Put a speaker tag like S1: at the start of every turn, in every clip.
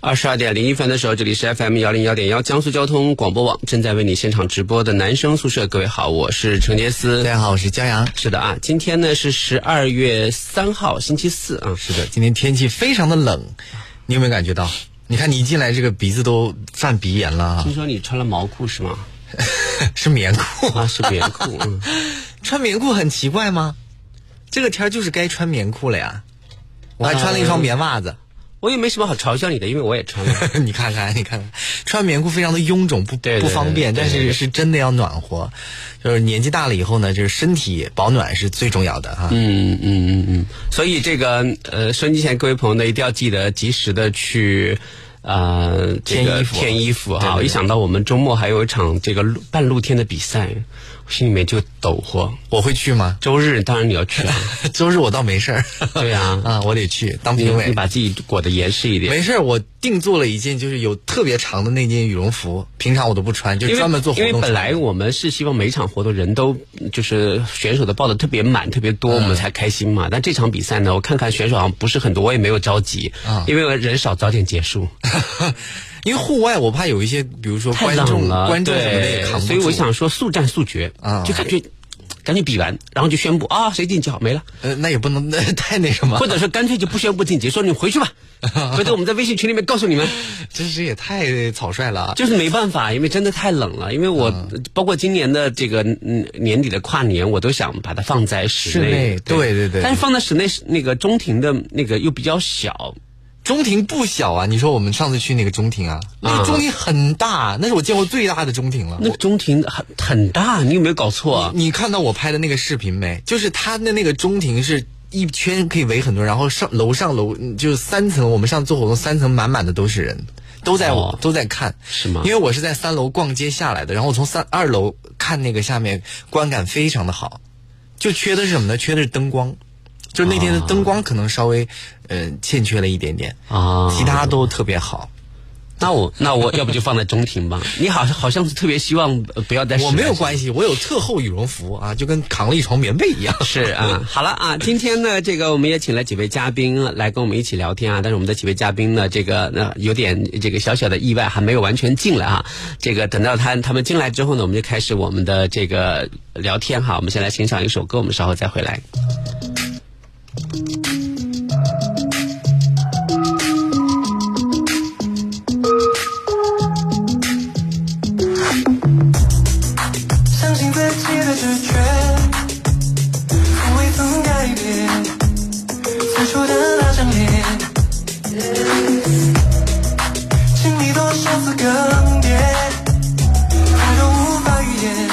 S1: 二十二点零一分的时候，这里是 FM 幺零幺点幺江苏交通广播网正在为你现场直播的男生宿舍，各位好，我是陈杰斯，
S2: 大家好，我是骄阳。
S1: 是的啊，今天呢是十二月三号星期四啊，
S2: 是的，今天天气非常的冷，你有没有感觉到？你看你一进来，这个鼻子都犯鼻炎了啊
S1: 听！说你穿了毛裤是 吗？
S2: 是棉裤，
S1: 啊，是棉裤，嗯，
S2: 穿棉裤很奇怪吗？这个天儿就是该穿棉裤了呀。我还穿了一双棉袜子，
S1: 我也没什么好嘲笑你的，因为我也穿了。
S2: 你看看，你看看，穿棉裤非常的臃肿，不
S1: 对对
S2: 不方便，
S1: 对
S2: 但
S1: 对
S2: 是
S1: 对
S2: 是真的要暖和。就是年纪大了以后呢，就是身体保暖是最重要的哈。
S1: 嗯嗯嗯嗯，所以这个呃，收音机前各位朋友呢，一定要记得及时的去。呃，这个
S2: 添衣服
S1: 添衣服
S2: 对
S1: 啊！
S2: 对
S1: 我一想到我们周末还有一场这个露半露天的比赛，我心里面就抖慌。
S2: 我会去吗？
S1: 周日当然你要去啊，
S2: 周日我倒没事儿。
S1: 对啊
S2: 啊，我得去当
S1: 你
S2: 评
S1: 你
S2: 委。
S1: 把自己裹得严实一点。
S2: 没事儿，我定做了一件就是有特别长的那件羽绒服，平常我都不穿，就
S1: 因为
S2: 专门做活
S1: 因为
S2: 动
S1: 本
S2: 穿
S1: 来我们是希望每一场活动人都就是选手的报的特别满、特别多，
S2: 嗯
S1: 我们才开心嘛。但这场比赛呢，我看看选手好像不是很多，我也没有着急，
S2: 啊
S1: 因为人少早点结束，
S2: 因为户外我怕有一些，比如说
S1: 太
S2: 观
S1: 冷
S2: 众
S1: 了，
S2: 观众什么的也
S1: 对
S2: 扛不住，
S1: 所以我想说速战速决，
S2: 啊
S1: 就感觉赶紧比完，然后就宣布啊谁晋级好没了。
S2: 呃，那也不能 那太那什么
S1: 或，者说干脆就不宣布晋级，说你回去吧，回头我们在微信群里面告诉你们。
S2: 真是也太草率了啊。
S1: 就是没办法，因为真的太冷了。因为我、
S2: 嗯
S1: 包括今年的这个嗯年底的跨年，我都想把它放在室
S2: 室内对对对
S1: 但是放在室内，那个中庭的那个又比较小，
S2: 中庭不小啊，你说我们上次去那个中庭啊，那个中庭很大，那是我见过最大的中庭了。
S1: 那
S2: 我
S1: 中庭很很大，你有没有搞错啊？
S2: 你看到我拍的那个视频没？就是它的那个中庭是。一圈可以围很多人，然后上楼上楼嗯就是三层，我们上次做活动三层满满的都是人，都在我、
S1: 哦
S2: 都在看，
S1: 是吗
S2: 因为我是在三楼逛街下来的，然后我从三二楼看那个下面，观感非常的好，就缺的是什么呢？缺的是灯光，就是那天的灯光可能稍微呃欠缺了一点点
S1: 啊
S2: 其他都特别好。
S1: 那我那我要不就放在中庭吧。你好像好像是特别希望呃不要在室
S2: 我没有
S1: 系。
S2: 关系，我有特厚羽绒服啊，就跟扛了一床棉被一样。
S1: 是啊，好了啊，今天呢，这个我们也请了几位嘉宾啊来跟我们一起聊天啊，但是我们的几位嘉宾呢，这个呃有点这个小小的意外，还没有完全进来啊。这个等到他他们进来之后呢，我们就开始我们的这个聊天哈。我们先来欣赏一首歌，我们稍后再回来。
S3: 相信自己的直觉，从未曾改变。付出的那张脸，经历多少次更迭，爱都无法预言，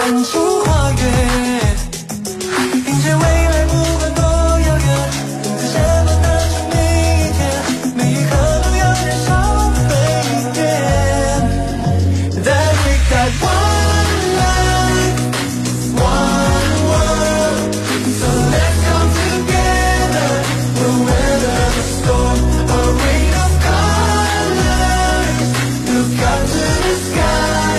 S3: 安静跨越，迎接未来不管多遥远，等着什么的是每一天，每一刻都要接受每一点。that we got one life, one world. So let's come together, no matter the storm, a rain of colors. Look up to the sky,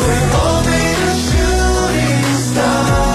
S3: we're all made of shooting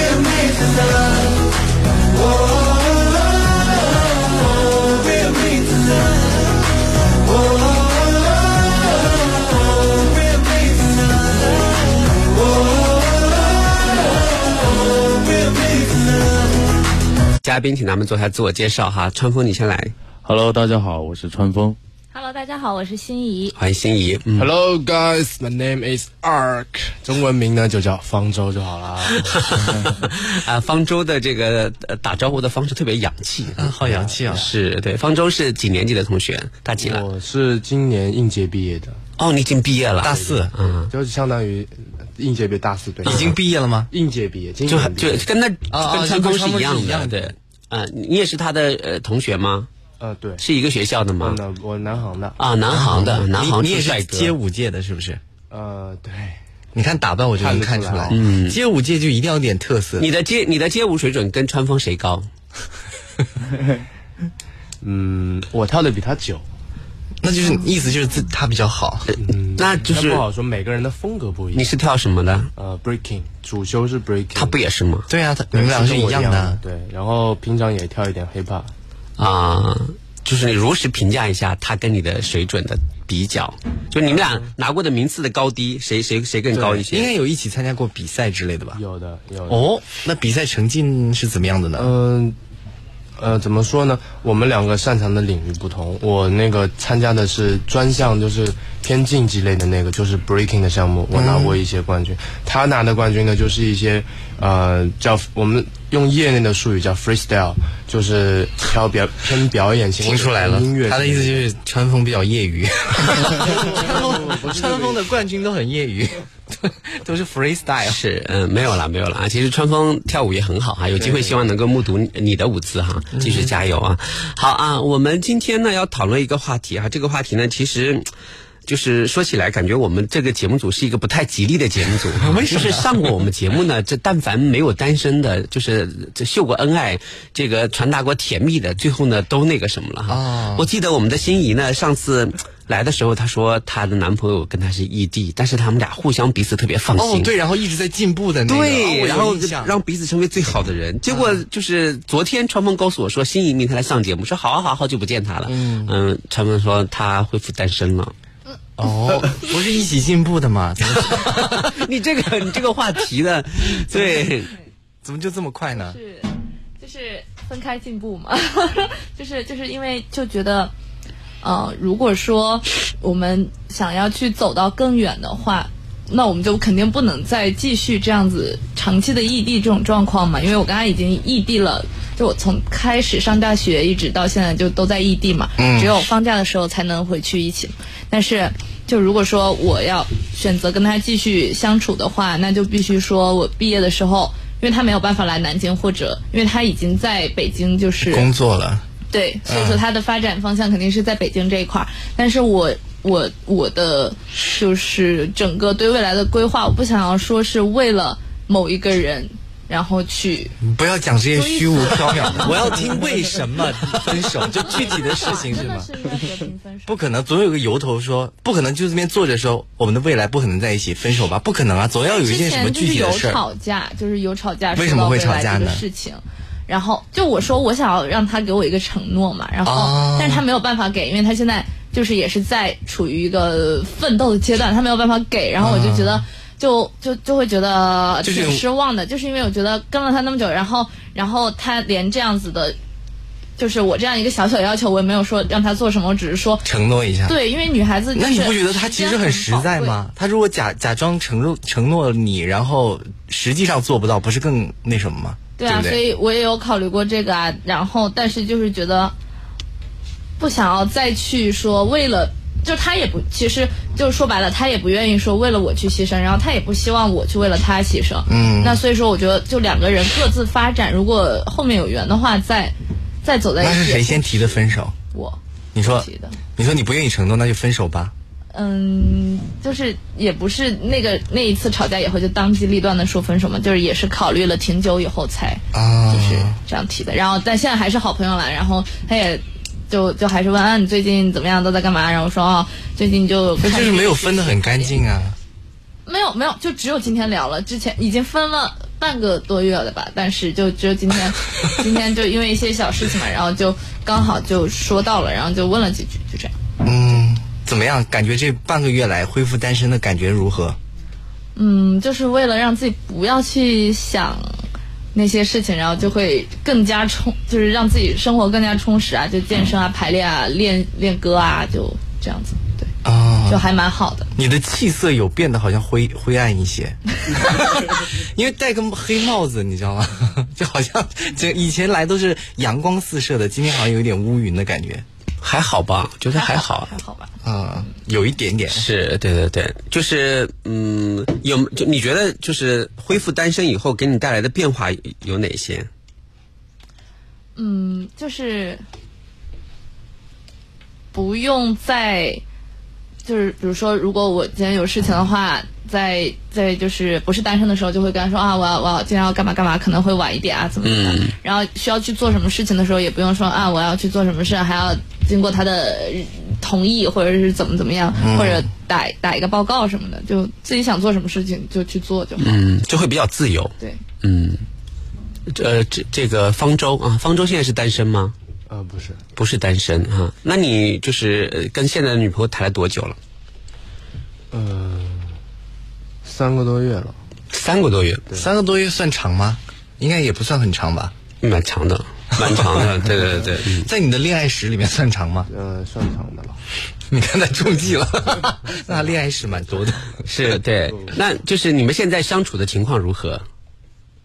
S1: Oh, 嘉宾，请他们做一下自我介绍哈。川峰，你先来，
S4: Hello，大家好，我是川峰。
S5: Hello，大家好，我是心怡。
S1: 欢迎心 仪。嗯，
S6: Hello guys, my name is Ark，中文名呢就叫方舟就好啦。
S1: 啊，方舟的这个呃打招呼的方式特别洋气，啊，好洋气啊！是对，方舟是几年级的同学？大几了？
S6: 我是今年应届毕业的，
S1: 哦，你已经毕业了，
S2: 大四
S1: 嗯，
S6: 就是相当于应届毕业大四，对，
S2: 已经毕业了吗？
S6: 应届毕业，今
S1: 就
S6: 年毕
S1: 就
S6: 业
S1: 跟他
S2: 啊啊
S1: 跟川峰是
S2: 跟川峰
S1: 一
S2: 是
S1: 样
S2: 一
S1: 的，
S2: 样
S1: 对
S2: 的。
S1: 啊，你也是他的呃同学吗？
S6: 呃对，
S1: 是一个学校的
S6: 我
S1: 吗？
S6: 南我嗯南航的，
S1: 啊，南航的，南航
S2: 嗯你你
S1: 出
S2: 也
S1: 帅
S2: 是街
S1: 哥。
S2: 舞界的，是不是？
S6: 呃对，
S2: 你看打扮我就能看
S6: 看得
S2: 出
S6: 出
S2: 来
S6: 来，
S2: 嗯，街舞界就一定要有点特色。
S1: 你的街你的街舞水准跟川峰谁高？
S6: 嗯，我跳的比他久，
S2: 那就是意思就是自他比较好，
S1: 那就
S6: 那
S1: 是
S6: 不好说，每个人的风格不一
S1: 你
S6: 样。
S1: 是跳什么的？
S6: 呃，breaking 主修是 breaking，
S1: 他不也是吗？
S2: 对啊，他你
S6: 对
S2: 们两个是
S6: 跟
S2: 一
S6: 我一
S2: 样的
S6: 的，，对，然后平常也跳一点 hip hop，
S1: 啊，就是你如实评价一下他跟你的水准的比较，就你们俩拿过的名次的高低，谁谁谁更高一
S2: 应该
S1: 些？
S2: 有一起参加过比赛之类的吧？
S6: 有的有的。
S2: 哦，那比赛成绩是怎么样的呢？
S6: 嗯，呃，怎么说呢？我们两个擅长的领域不同。我那个参加的是专项，就是偏竞技类的那个，就是 breaking 的项目，我
S2: 嗯
S6: 拿过一些冠军。他拿的冠军呢，就是一些呃叫我们用业内的术语叫 freestyle，就是挑表偏表演型。
S2: 听出来了
S6: 音乐，
S2: 他的意思就是川风比较业 余，
S6: 不是这个
S2: 川风的冠军都很业余， 都都是 freestyle。
S1: 是，嗯，没有啦，没有啦。啊其实川峰跳舞也很好啊，有机会希望能够目睹你你的舞姿哈，继续加油啊！好啊，我们今天呢要讨论一个话题啊，这个话题呢其实。就是说起来，感觉我们这个节目组是一个不太吉利的节目组。 为什么？就是上过我们节目呢，这但凡没有单身的，就是这秀过恩爱，这个传达过甜蜜的，最后呢都那个什么了哈。
S2: 哦
S1: 我记得我们的心仪呢，上次来的时候，她说她的男朋友跟她是异地，但是他们俩互相彼此特别放心。
S2: 哦，对，然后一直在进步的那个，
S1: 对，
S2: 哦我
S1: 然后
S2: 有印象
S1: 让彼此成为最好的人。结果就是昨天川峰告诉我说，新移民他来上节目，说好啊好啊，好久不见他了。嗯，川峰说他恢复单身了。
S2: 哦， 不是一起进步的吗？怎么
S1: 你这个你这个话题的， 对，
S2: 怎么就这么快呢？
S5: 是，就是分开进步嘛， 就是就是因为就觉得，呃，如果说我们想要去走到更远的话。那我们就肯定不能再继续这样子长期的异地这种状况嘛，因为我刚才已经异地了，就我从开始上大学一直到现在就都在异地嘛，只有放假的时候才能回去一起。但是，就如果说我要选择跟他继续相处的话，那就必须说我毕业的时候，因为他没有办法来南京，或者因为他已经在北京就是
S2: 工作了，嗯
S5: 对，所以说他的发展方向肯定是在北京这一块儿。但是我我我的就是整个对未来的规划，我不想要说是为了某一个人，然后去
S2: 不要讲这些虚无缥缈 的。我要听为什么分手，就具体的事情是
S5: 真的
S2: 吗？
S5: 是应该和平分手。
S2: 不可能，总有个由头说不可能，就这边坐着说我们的未来不可能在一起，分手吧？不可能啊，总要有一
S5: 之
S2: 件什么
S5: 前就
S2: 具
S5: 是
S2: 体
S5: 有
S2: 的事儿。
S5: 吵架，就是有吵架，
S2: 为什么会吵架呢
S5: 这个事情，然后就我说我想要让他给我一个承诺嘛，然后、
S2: 哦
S5: 但是他没有办法给，因为他现在就是也是在处于一个奋斗的阶段，他没有办法给，然后我就觉得。就就就会觉得
S2: 哦就是
S5: 挺失望的，就是因为我觉得跟了他那么久，然后然后他连这样子的，就是我这样一个小小要求，我也没有说让他做什么，我只是说
S2: 承诺一下。
S5: 对，因为女孩子就是
S2: 那你不觉得他其实很实在
S5: 时间很宝贵？
S2: 吗？他如果假假装承诺承诺你，然后实际上做不到，不是更那什么吗？
S5: 对啊，
S2: 不对
S5: 所以我也有考虑过这个啊，然后但是就是觉得不想要再去说为了，就他也不，其实就说白了，他也不愿意说为了我去牺牲，然后他也不希望我去为了他牺牲。嗯，那所以说我觉得就两个人各自发展，如果后面有缘的话，再再走在
S2: 那
S5: 一
S2: 是
S5: 起。
S2: 谁先提的分手？
S5: 我
S2: 你说
S5: 提的，
S2: 你说你不愿意承诺，那就分手吧。
S5: 嗯，就是也不是那个那一次吵架以后就当机立断的说分手嘛，就是也是考虑了挺久以后才。
S2: 啊，
S5: 就是这样提的。然后但现在还是好朋友了，然后他也就就还是问啊你最近怎么样，都在干嘛？然后我说哦最近就
S2: 那就是没有分
S5: 的
S2: 得很干净啊。
S5: 没有没有，就只有今天聊了，之前已经分了半个多月了吧，但是就只有今 天，今天就因为一些小事情嘛，然后就刚好就说到了，然后就问了几句，就这样。
S2: 嗯，怎么样？感觉这半个月来恢复单身的感觉如何？
S5: 嗯，就是为了让自己不要去想那些事情，然后就会更加充，就是让自己生活更加充实啊，就健身啊、排练啊、练练歌啊，就这样子，对，
S2: 啊，
S5: 就还蛮好的。
S2: 你的气色有变得好像灰灰暗 一些，因为戴个黑帽子，你知道吗？ 就好像这以前来都是阳光四射的，今天好像有点乌云的感觉
S1: 还好吧，我觉得还好
S5: 还。好吧？
S1: 嗯
S2: 啊，有一点点。
S1: 是对对对，就是嗯，有就你觉得就是恢复单身以后给你带来的变化有哪些？
S5: 嗯，就是不用再，就是比如说，如果我今天有事情的话，在在就是不是单身的时候，就会跟他说啊，我要我要今天要干嘛干嘛，可能会晚一点啊，怎么怎么。
S1: 嗯
S5: 然后需要去做什么事情的时候，也不用说啊，我要去做什么事，还要经过他的呃同意，或者是怎么怎么样，或者打打一个报告什么的，就自己想做什么事情就去做就好。
S1: 嗯，就会比较自由。
S5: 对，
S1: 嗯，呃，这这个方舟啊，方舟现在是单身吗？
S6: 呃，不是，
S1: 不是单身啊，那你就是呃跟现在的女朋友谈了多久了？
S6: 呃，三个多月了。
S1: 三个多月，
S2: 三个多月算长吗？应该也不算很长吧，
S1: 蛮长的，蛮长 的。对对对，嗯
S2: 在你的恋爱史里面算长吗？
S6: 呃，算长的了。
S2: 你看他中 计了，那他恋爱史蛮多的。
S1: 是对。那就是你们现在相处的情况如何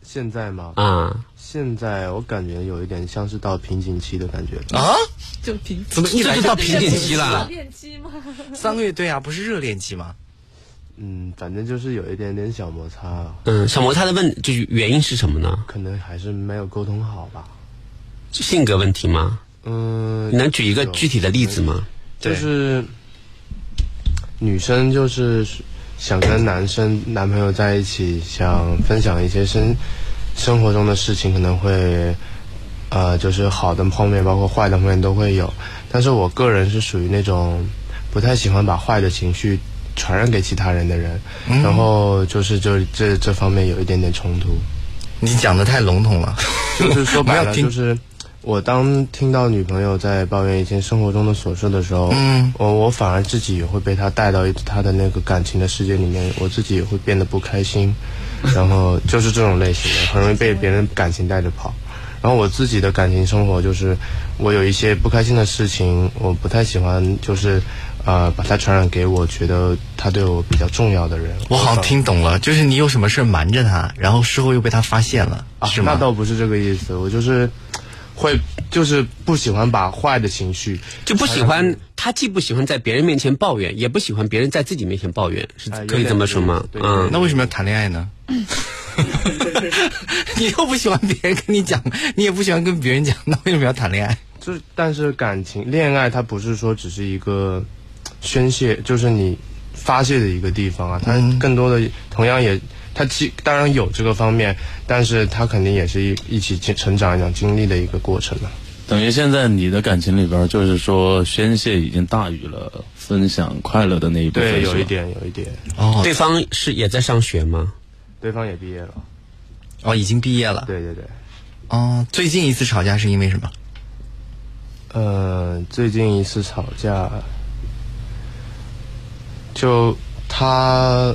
S6: 现在吗？
S1: 啊？
S6: 现在我感觉有一点像是到瓶颈期的感觉。
S2: 啊？
S5: 就平
S2: 怎么一
S1: 这
S2: 来
S1: 就到瓶颈期了？
S5: 练期吗？
S2: 三个月？对啊，不是热恋期吗？
S6: 嗯，反正就是有一点点小摩擦，
S1: 嗯，小摩擦的问就是原因是什么呢？
S6: 可能还是没有沟通好吧。
S1: 性格问题吗？
S6: 嗯、
S1: 你能举一个具体的例子吗？
S6: 就是女生就是想跟男生男朋友在一起，想分享一些生生活中的事情，可能会呃，就是好的方面，包括坏的方面都会有。但是我个人是属于那种不太喜欢把坏的情绪传染给其他人的人，然后就是就这这方面有一点点冲突。
S2: 你讲的太笼统了，
S6: 就是说白
S2: 我
S6: 了，
S2: 要听
S6: 就是我当听到女朋友在抱怨一些生活中的琐事的时候，
S2: 嗯
S6: 我我反而自己也会被她带到一她的那个感情的世界里面，我自己也会变得不开心，然后就是这种类型的，很容易被别人感情带着跑。然后我自己的感情生活就是，我有一些不开心的事情，我不太喜欢，就是，呃，把它传染给我觉得他对我比较重要的人。
S2: 我好像
S6: 反
S2: 听懂了，就是你有什么事儿瞒着他，然后事后又被他发现了，
S6: 啊
S2: 是，吗？
S6: 那倒不是这个意思，我就是会就是不喜欢把坏的情绪
S1: 就不喜
S6: 嗯
S1: 欢他，既不喜欢在别人面前抱怨，也不喜欢别人在自己面前抱怨，是
S6: 哎有
S1: 可以这么说吗？
S6: 点对
S1: 嗯，
S2: 那为什么要谈恋爱呢？ 你又不喜欢别人跟你讲，你也不喜欢跟别人讲， 那为什么要谈恋爱？
S6: 就是，但是感情恋爱它不是说只是一个宣泄，就是你发泄的一个地方啊，它
S2: 嗯
S6: 更多的同样也。它既当然有这个方面，但是它肯定也是一一起经成长、一种经历的一个过程了。啊
S4: 等于现在你的感情里边儿，就是说宣泄已经大于了分享快乐的那一部分，
S6: 对，
S4: 是吧
S6: 有一。点，有一点。
S2: 哦
S1: 啊对方是也在上学吗？
S6: 对方也毕业了，
S2: 哦，已经毕业了。
S6: 对对对。
S2: 哦，最近一次吵架是因为什么？
S6: 呃，最近一次吵架，就他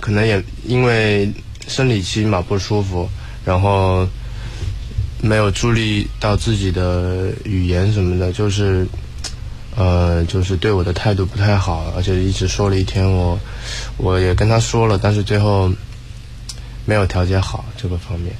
S6: 可能也因为生理期嘛不舒服，然后没有注意到自己的语言什么的，就是呃，就是对我的态度不太好，而且一直说了一天我，我也跟他说了，但是最后没有调节好这个方面。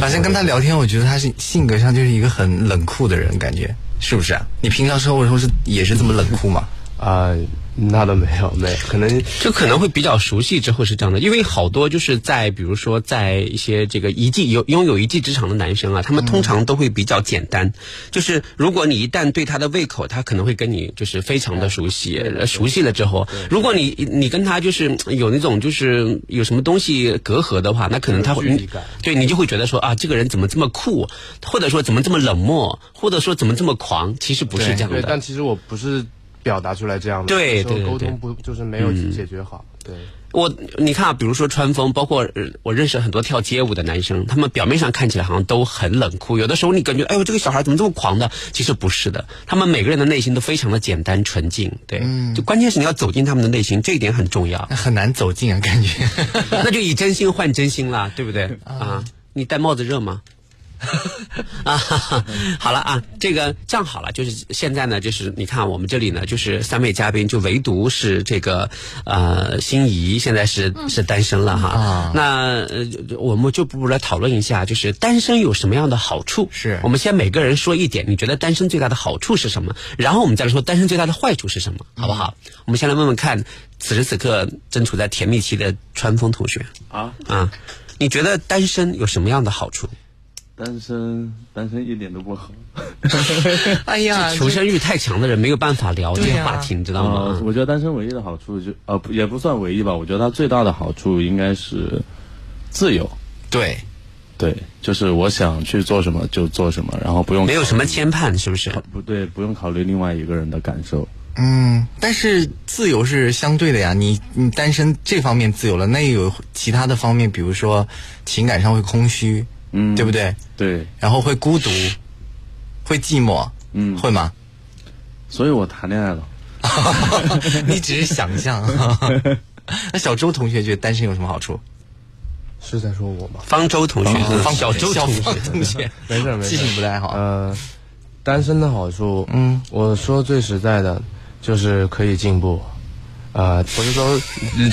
S2: 反正跟他聊天，我觉得他是性格上就是一个很冷酷的人，感觉是不是啊？你平常生活中是也是这么冷酷吗？
S6: 啊、那倒没有，没有，可能
S1: 就可能会比较熟悉之后是这样的，因为好多就是在比如说在一些这个一技有拥有一技之长的男生啊，他们通常都会比较简
S6: 嗯
S1: 单，就是如果你一旦对他的胃口，他可能会跟你就是非常的熟悉，呃熟悉了之后，如果你你跟他就是嗯有那种就是有什么东西隔阂的话，那可能他会
S6: 有距离感
S1: 对你就会觉得说啊这个人怎么这么酷，或者说怎么这么冷漠，或者说怎么这么狂，其实不是
S2: 对。
S1: 这样
S6: 对，
S1: 的
S6: 但。其实我不是表达出来这样的，
S1: 对
S6: 有时候
S1: 对对嗯
S6: 沟
S1: 对
S6: 通不就是没有解决好，对。
S1: 我你看啊，比如说川风，包括呃我认识很多跳街舞的男生，他们表面上看起来好像都很冷酷，有的时候你感觉，哎呦，这个小孩怎么这么狂的？其实不是的，他们每个人的内心都非常的简单纯净，对，就关键是你要走进他们的内心，这一点很重要
S2: 很难走近啊，感觉。
S1: 那就以真心换真心啦，对不对？啊，你戴帽子热吗？ 啊，哈哈，好了啊，这个这样好了，就是现在呢，就是你看我们这里呢，就是三位嘉宾，就唯独是这个呃心仪现在是是单身了哈。
S2: 啊
S1: 那呃，我们就不如来讨论一下，就是单身有什么样的好处？
S2: 是
S1: 我们先每个人说一点，你觉得单身最大的好处是什么？然后我们再来说单身最大的坏处是什么，
S2: 嗯
S1: 好不好？我们先来问问看，此时此刻正处在甜蜜期的川峰同学
S4: 啊
S1: 啊，你觉得单身有什么样的好处？
S4: 单身单身一点都不好。
S2: 哎呀，
S1: 求生欲太强的人没有办法聊这
S2: 对
S1: 个
S2: 呀
S1: 话题，你知道
S4: 啊，
S1: 吗？
S4: 我觉得单身唯一的好处就呃不也不算唯一吧，我觉得它最大的好处应该是呃自由。
S2: 对，
S4: 对，就是我想去做什么就做什么，然后不用
S1: 没有什
S4: 么
S1: 么牵绊，是不是？
S4: 不对，不用考虑另外一个人的感受。
S2: 嗯，但是自由是相对的呀，你你单身这方面自由了，那也有其他的方面，比如说情感上会空虚，
S4: 嗯
S2: 对不对？
S4: 对，
S2: 然后会孤独，会寂寞，
S4: 嗯
S2: 会 吗？
S4: 所以我谈恋爱了。
S2: 你只是想 象。那小周同学觉得单身有什么好处？
S6: 是在说我吗？
S1: 方舟
S6: 啊
S1: 同学，
S2: 方
S1: 小周
S2: 小
S1: 同
S2: 方
S1: 学，
S2: 同学
S6: 没事儿没
S2: 记
S6: 事儿，
S2: 性不太好
S6: 呃，单身的好处，
S2: 嗯，
S6: 我说最实在的，就是可以进步。呃，不 是说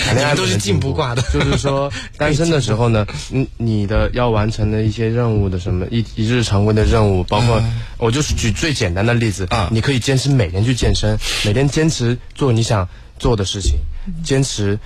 S6: 谈恋爱
S2: 都是
S6: 不能
S2: 进
S6: 进
S2: 步挂的
S6: 就是 说单身的时候呢，你你的要完成的一些任务的什么一一日常规的任务，包括、我就是举最简单的例子
S2: 嗯啊
S6: 你可以坚持每天去健身，每天坚持做你想做的事情，坚持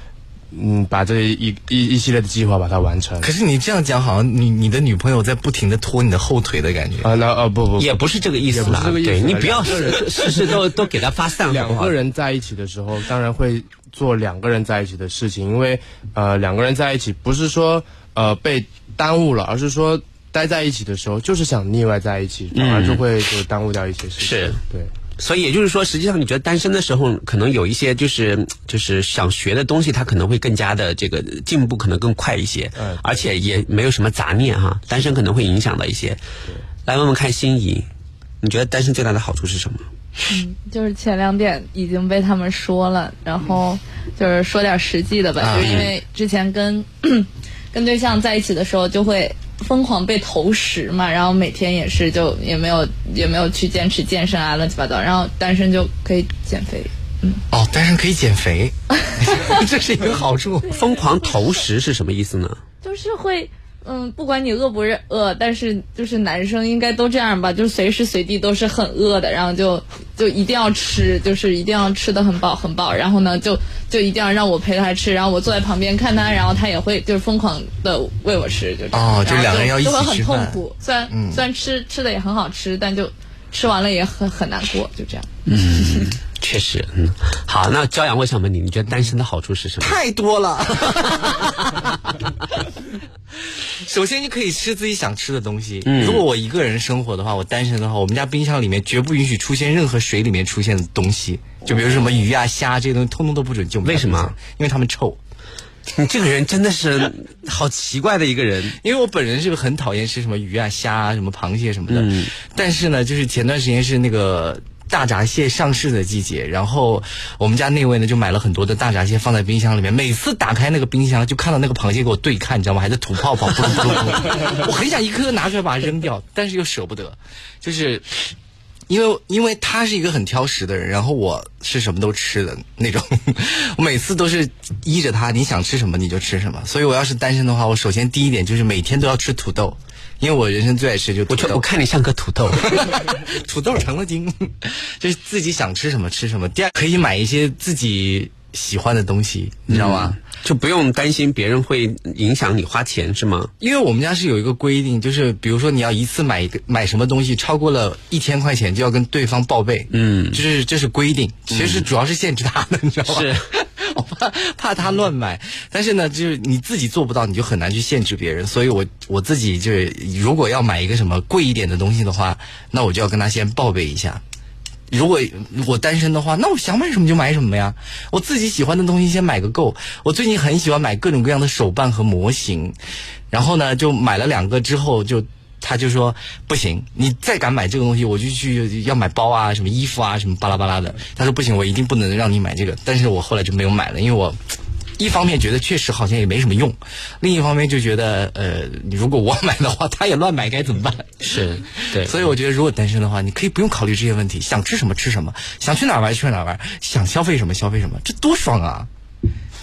S6: 嗯把这一一一系列的计划把它完成。
S2: 可是你这样讲，好像你你的女朋友在不停的拖你的后腿的感觉。
S6: 啊，那啊不不，不
S1: 也不是这个意思啦。
S6: 也不是这个
S1: 对
S6: 意思
S1: 你不要
S6: 两个
S1: 事事都都给他发散，好
S6: 两
S1: 不好
S6: 个人在一起的时候，当然会做两个人在一起的事情，因为呃，两个人在一起不是说呃被耽误了，而是说待在一起的时候就是想腻歪在一起，反而就会就耽误掉一些事情。
S1: 嗯是
S6: 对，
S1: 所以也就是说，实际上你觉得单身的时候，可能有一些就是就是想学的东西，他可能会更加的这个进步，可能更快一些，
S6: 嗯
S1: 而且也没有什么杂念哈。单身可能会影响到一些。来问问看心仪，你觉得单身最大的好处是什么？
S5: 就是前两点已经被他们说了，然后就是说点实际的吧，
S2: 啊
S5: 就是因为之前跟 跟对象在一起的时候就会。疯狂被投食嘛，然后每天也是就也没有也没有去坚持健身啊，乱七八糟。然后单身就可以减肥，
S2: 哦，单身可以减 肥，这是一个好处。
S1: 疯狂投食是什么意思呢？
S5: 就是会，嗯，不管你饿不饿，但是就是男生应该都这样吧，就是随时随地都是很饿的，然后就就一定要吃，就是一定要吃的很饱很饱，然后呢就就一定要让我陪他吃，然后我坐在旁边看他，然后他也会就是疯狂的喂我吃，就这样
S2: 哦就
S5: 然后
S2: 两个人要一起
S5: 就会很
S2: 吃
S5: 痛
S2: 饭嗯
S5: 苦，虽然、虽然吃吃的也很好吃，但就吃完了也很很难过，就这样。
S1: 确实，嗯，好，那朝阳，我想问你，你觉得单身的好处是什么？
S2: 太多了。 首先，你可以吃自己想吃的东西。
S1: 嗯
S2: 如果我一个人生活的话，我单身的话，我们家冰箱里面绝不允许出现任何水里面出现的东西，就比如什么鱼啊、虾这些东西，通通都不准进我们家
S1: 为什么
S2: 冰箱？因为它们臭。
S1: 你这个人真的是好奇怪的一个人。
S2: 因为我本人是个很讨厌吃什么鱼啊、虾啊、什么螃蟹什么的。但是呢，就是前段时间是那个。大闸蟹上市的季节，然后我们家那位呢就买了很多的大闸蟹放在冰箱里面，每次打开那个冰箱就看到那个螃蟹给我对看，你知道吗？还在吐泡泡，噗噜噗噜噗噜我很想一颗颗拿出来把它扔掉，但是又舍不得，就是因为因为他是一个很挑食的人，然后我是什么都吃的那种， 我每次都是依着他，你想吃什么你就吃什么。所以我要是单身的话，我首先第一点就是每天都要吃土豆，因为我人生最爱吃就土
S1: 我觉
S2: 豆。
S1: 得我看你像个土豆。
S2: 土豆成了精，就是自己想吃什么吃什么。第二，可以买一些自己喜欢的东西，你知道吗？
S1: 就不用担心别人会影响你花钱是吗？
S2: 因为我们家是有一个规定，就是比如说你要一次买一个买什么东西超过了一千块钱，就要跟对方报备。嗯，就是这是规定，其实主要是限制他的，你知道吗？
S1: 是。
S2: 我怕怕他乱买，但是呢，就是你自己做不到，你就很难去限制别人。所以我我自己就是，如果要买一个什么贵一点的东西的话，那我就要跟他先报备一下，如果我单身的话，那我想买什么就买什么呀。我自己喜欢的东西先买个够。我最近很喜欢买各种各样的手办和模型，然后呢，就买了两个之后就。他就说不行，你再敢买这个东西，我就去要买包啊，什么衣服啊，什么巴拉巴拉的。他说不行，我一定不能让你买这个。但是我后来就没有买了，因为我一方面觉得确实好像也没什么用，另一方面就觉得呃，如果我买的话，他也乱买该怎么办？
S1: 是对，
S2: 所以我觉得，如果单身的话，你可以不用考虑这些问题，想吃什么吃什么，想去哪儿玩去哪儿玩，想消费什么消费什么，这多爽啊！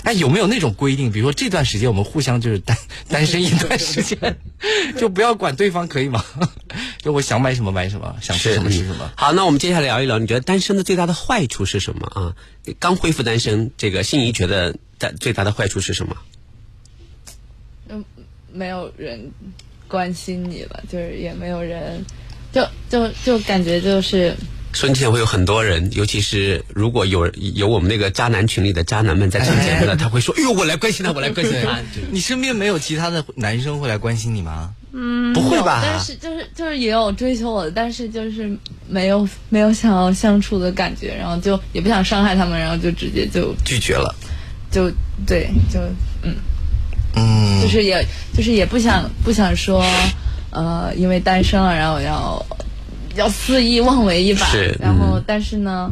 S2: 哎，有没有那种规定？比如说这段时间我们互相就是单单身一段时间， 就不要管对方，可以吗？ 就我想买什么买什么，想吃什么吃什么。
S1: 好，那我们接下来聊一聊，你觉得单身的最大的坏处是什么啊？刚恢复单身，这个心仪觉得大最大的坏处是什么？
S5: 嗯，没有人关心你了，就是也没有人，就就就感觉就是
S1: 瞬间会有很多人，尤其是如果有有我们那个渣男群里的渣男们在听节目的，他会说：“哎呦，我来关心他，我来关 心 他。
S2: 你身边没有其他的男生会来关心你吗？嗯，不会吧？
S5: 但是就是就是也有追求我的，但是就是没有没有想要相处的感觉，然后就也不想伤害他们，然后就直接就
S2: 拒绝了。
S5: 就对就嗯
S2: 嗯，
S5: 就是也就是也不想不想说呃因为单身了，然后要要肆意妄为一把
S2: 嗯
S1: 是，
S5: 然后但是呢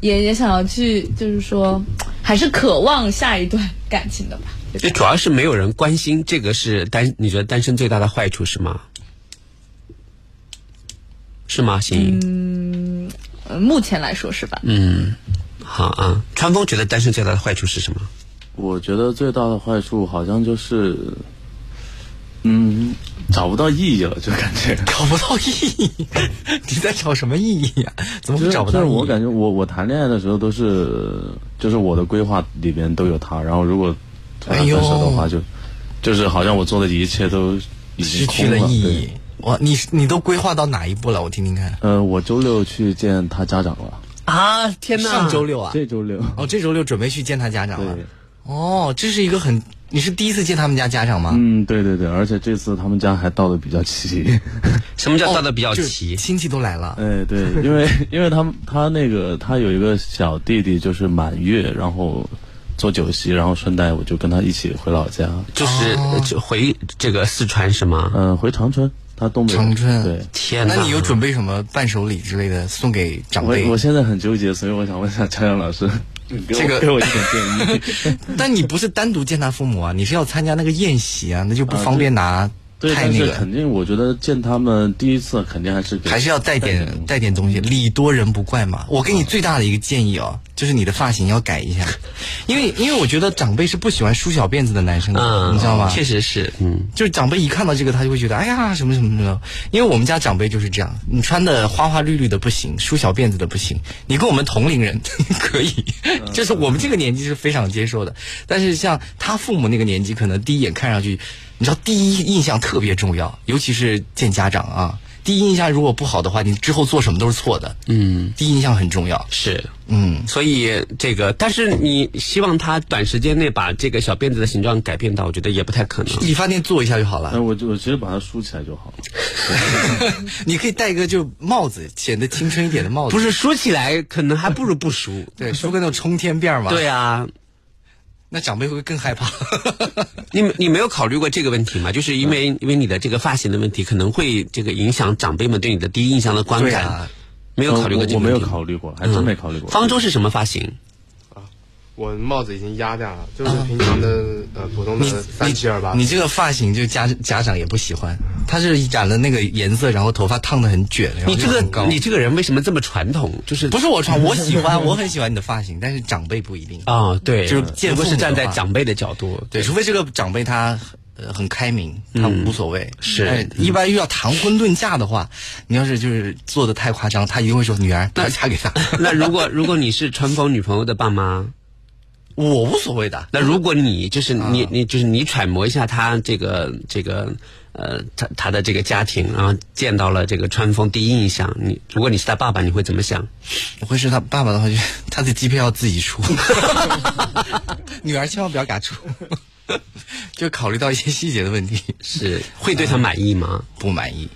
S5: 也也想要去就是说还是渴望下一段感情的吧。”就
S1: 就
S5: 这样
S1: 主要是没有人关心，这个是单你觉得单身最大的坏处是吗？是吗？心仪，
S5: 呃目前来说是吧？
S2: 嗯
S1: 好啊。川峰觉得单身最大的坏处是什么？
S4: 我觉得最大的坏处好像就是，嗯，找不到意义了，就感 觉。
S2: 找不到意义， 你在找什么意义呀、怎么会
S4: 就是
S2: 找不
S4: 就
S2: 到
S4: 是
S2: 意义？
S4: 我感觉我我谈恋爱的时候都是，就是我的规划里边都有他，然后如果突然
S2: 哎
S4: 分
S2: 呦
S4: 手的话，就就是好像我做的一切都已
S2: 失
S4: 经
S2: 去
S4: 空了
S2: 了意义
S4: 对。
S2: 哇，你你都规划到哪一步了？我听听看。
S4: 呃，我周六去见他家长了，
S1: 啊！天
S2: 上周六啊，
S4: 这周六。
S2: 哦，这周六准备去见他家长了
S4: 对。
S2: 哦，这是一个很，你是第一次见他们家家长吗？哦
S4: 嗯，对对对，而且这次他们家还到的比较齐。
S1: 什么叫
S2: 哦
S1: 到的比较
S2: 就是
S1: 齐？
S2: 亲戚都来了。
S4: 哎，对，因为因为他们他那个他有一个小弟弟，就是满月，然后做酒席，然后顺带我就跟他一起回老家，
S1: 就是就回这个四川是吗？
S4: 嗯、回长春，他东北人
S2: 长春
S4: 对。
S1: 天哪！
S2: 那你有准备什么伴手礼之类的送给长
S4: 我
S2: 辈
S4: 我？现在很纠结，所以我想问一下张阳老师， 你给我
S2: 这个
S4: 给我一点 建议。
S2: 但你不是单独见他父母啊，你是要参加那个宴席啊，那就不方便拿
S4: 对，
S2: 太
S4: 但
S2: 那
S4: 是
S2: 个，
S4: 肯定，我觉得见他们第一次肯定还是给
S2: 还是要带点带点东西，礼多人不怪嘛。我给你最大的一个建议哦，就是你的发型要改一下，因为因为我觉得长辈是不喜欢梳小辫子的男生的，
S1: 嗯，
S2: 你知道吗？
S1: 确实是，嗯，
S2: 就是长辈一看到这个，他就会觉得，哎呀，什么什么什么。因为我们家长辈就是这样，你穿的花花绿绿的不行，梳小辫子的不行。你跟我们同龄人 可以，就是我们这个年纪是非常接受的。但是像他父母那个年纪，可能第一眼看上去，你知道第一印象特别重要，尤其是见家长啊，第一印象如果不好的话，你之后做什么都是错的。嗯，第一印象很重要。
S1: 是。
S2: 嗯，
S1: 所以这个，但是你希望他短时间内把这个小辫子的形状改变到，我觉得也不太可能。
S2: 理发店做一下就好了。
S4: 哎，我就我直接把它梳起来就好了。
S2: 你 可以戴一个就帽子，显得青春一点的帽子。
S1: 不，是梳起来，可能还不如不梳。
S2: 对，梳个那种冲天辫儿嘛。
S1: 对啊，
S2: 那长辈会不会更害怕？
S1: 你你没有考虑过这个问题吗？就是因为因为你的这个发型的问题，可能会这个影响长辈们对你的第一印象的观
S2: 对
S1: 感。
S2: 啊
S1: 没有考虑过
S4: 呃我
S1: 这个
S4: 我没
S1: 问
S4: 有
S1: 题，嗯
S4: 考虑过，还真没考虑过。
S1: 方舟是什么发型？
S6: 我帽子已经压掉了，就是平常的、呃普通的三七二八。
S2: 啊你这个发型就家家长也不喜欢，他是染了那个颜色，然后头发烫的很卷，然后
S1: 你这
S2: 就很高
S1: 个你这个人为什么这么传统？就是
S2: 不是我穿，我 喜欢，我很喜欢你的发型，但是长辈不一定。
S1: 啊、对，
S2: 就是见
S1: 如果
S2: 父
S1: 是
S2: 母的
S1: 站在
S2: 话
S1: 长辈的角度，
S2: 对，除非这个长辈他呃很开明，他无所谓。
S1: 嗯是
S2: 但一般遇到谈婚论嫁的话，你要是就是做的太夸张，他一定会说女儿不要嫁给他。
S1: 那如果如果你是川峰女朋友的爸妈，
S2: 我无所谓的，
S1: 那如果你就是你你就是你揣摩一下他这个这个呃他他的这个家庭，然后见到了这个川峰第一印象，你如果你是他爸爸，你会怎么想？
S2: 我会是 他爸爸的话，就他的机票要自己出， 女儿千万不要给他出， 就考虑到一些细节的问题，
S1: 是会对他满意吗？
S2: 不满意，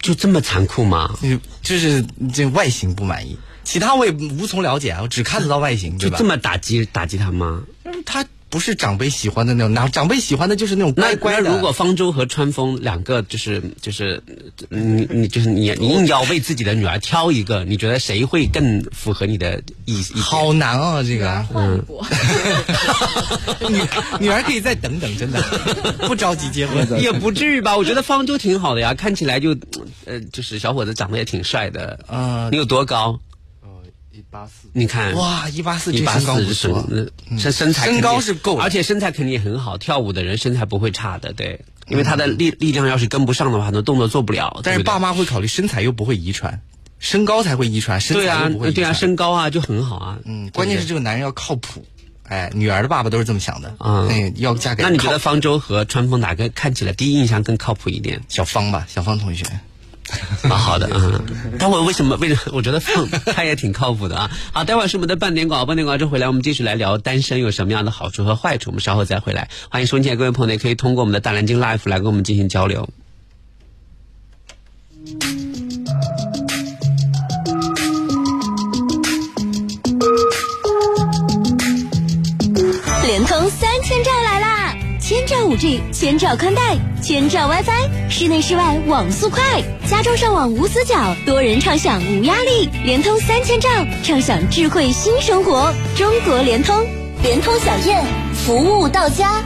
S1: 就这么残酷吗？
S2: 就就是这外形不满意，其他我也无从了解啊，我只看得到外形，
S1: 就
S2: 对吧？
S1: 这么打击打击他吗？
S2: 就是他不是长辈喜欢的那种，那长辈喜欢的就是那种
S1: 那
S2: 乖乖的。
S1: 哎那如果方舟和川枫两个就是就是，嗯，你你就是你你硬要为自己的女儿挑一个，你觉得谁会更符合你的意意见？
S2: 好难啊，这个
S5: 换一波，
S2: 女女儿可以再等等， 真的不着急结婚。
S1: 也不至于吧？我觉得方舟挺好的呀，看起来就，呃，就是小伙子长得也挺帅的。
S2: 啊
S1: 你有多高？
S6: 呃，一八四，
S1: 你看，
S2: 哇，呃一八四
S1: 一
S2: 这
S1: 八
S2: 身高
S1: 四
S2: 不错，嗯
S1: 身身材肯定
S2: 身高是够的
S1: 而且身材肯定也很好。跳舞的人身材不会差的，对，因为他的力力量要是跟不上的话，很多动作做不了。
S2: 嗯但是
S1: 对不对
S2: 爸妈会考虑身材又不会遗传，身高才会遗传，身
S1: 对
S2: 材
S1: 啊
S2: 又不会，遗
S1: 对啊，
S2: 传。
S1: 身高啊就很好啊。
S2: 嗯，关键是这个男人要靠谱。哎，女儿的爸爸都是这么想的
S1: 啊
S2: 哎，要嫁给
S1: 那你觉得
S2: 靠
S1: 方舟和川枫哪个看起来第一印象更靠谱一 点？
S2: 小芳吧，小芳同学，
S1: 蛮好的啊。待会儿为什么？为什么？ 我觉得放他也挺靠谱的啊。好，待会儿是我们的半点广告，半点广告之后回来，我们继续来聊单身有什么样的好处和坏处。我们稍后再回来。欢迎收听的各位朋友呢，也可以通过我们的大南京 Life 来跟我们进行交流。
S7: 联通三千兆来啦！千兆 5G，千兆宽带，千兆 WiFi，室内室外网速快，家中上网无死角，多人畅享无压力。联通三千兆，畅享智慧新生活。中国联通，联通小燕，服务到家。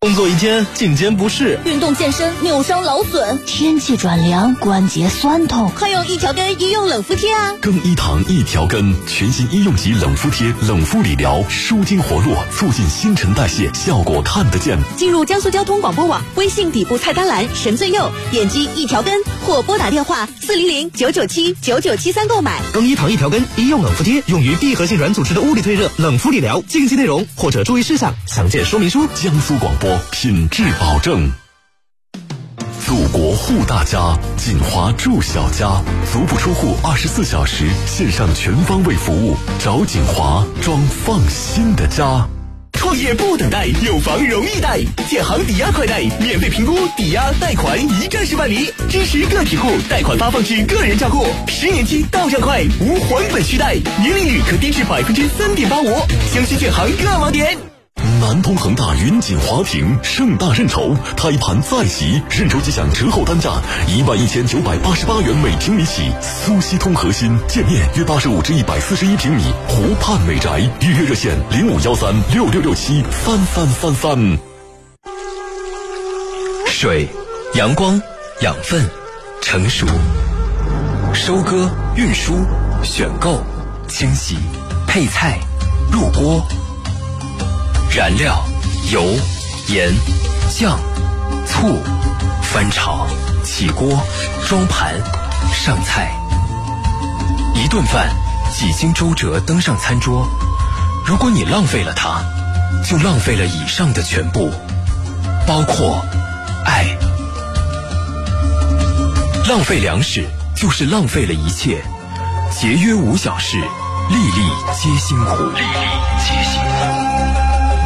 S8: 工作一天，颈肩不适，
S7: 运动健身扭伤劳损，天气转凉关节酸痛，快用一条根医用冷敷贴啊！
S9: 更衣堂一条根，全新医用级冷敷贴、冷敷理疗，舒筋活络，促进新陈代谢，效果看得见。
S7: 进入江苏交通广播网微信底部菜单栏神最右，点击一条根或拨打电话四零零九九七九九七三购买。
S10: 更衣堂一条根医用冷敷贴，用于闭合性软组织的物理退热、冷敷理疗。禁忌内容或者注意事项，详见说明书。
S9: 江苏广播品质保证。祖国护大家，锦华住小家，足不出户二十四小时线上全方位服务，找锦华装放心的家。
S10: 创业不等待，有房容易贷，建行抵押快贷免费评估，抵押贷款一站式办理，支持个体户，贷款发放至个人账户，十年期到账快，无还本续贷，年利率可低至百分之三点八五。详询建行各网点。
S9: 南通恒大云锦华庭盛大认筹，开盘再席，认筹即享折后单价一万一千九百八十八元每平米起。苏锡通核心建面约八十五至一百四十一平米，湖畔美宅，预约热线零五幺三六六六七三三三三。
S8: 水、阳光、养分、成熟、收割、运输、选购、清洗、配菜、入锅、燃料、油、盐、酱、醋、翻炒、起锅、装盘、上菜。一顿饭几经周折登上餐桌，如果你浪费了它，就浪费了以上的全部。包括爱。浪费粮食就是浪费了一切，节约无小事，粒粒皆辛苦。粒粒皆辛苦。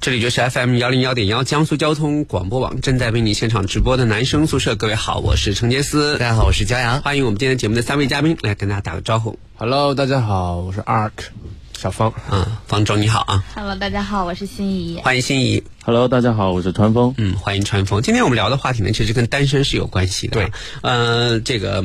S1: 这里就是 FM 幺零幺点幺江苏交通广播网正在为你现场直播的男生宿舍。各位好，我是陈杰斯，
S2: 大家好，我是骄阳。
S1: 欢迎我们今天节目的三位嘉宾来跟大家打个招呼
S6: Hello，大家好，我是 Ark 小芳。
S1: 啊，方舟你好啊，
S5: Hello，大家好，我是心怡。
S1: 欢迎心怡，
S4: Hello，大家好，我是川峰。
S1: 嗯，欢迎川峰。今天我们聊的话题呢，其实跟单身是有关系的。
S2: 对，
S1: 呃，这个，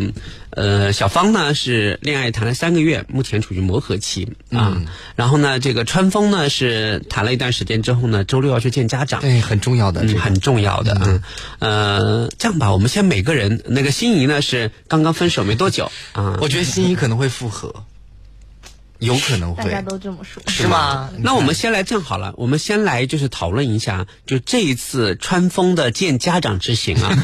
S1: 呃，小芳呢是恋爱谈了三个月，目前处于磨合期啊。
S2: 嗯
S1: 然后呢，这个川峰呢是谈了一段时间之后呢，周六要去见家长。
S2: 对，很重要的这
S1: 嗯，
S2: 个
S1: 很重要的，嗯，呃，这样吧，我们先每个人，那个心仪呢是刚刚分手没多久啊，
S2: 我觉得心仪可能会复合，有可能
S5: 大
S2: 会
S5: 家都这么说，
S2: 是吗？
S1: 那我们先来这样好了，我们先来就是讨论一下，就这一次川峰的见家长之行 啊，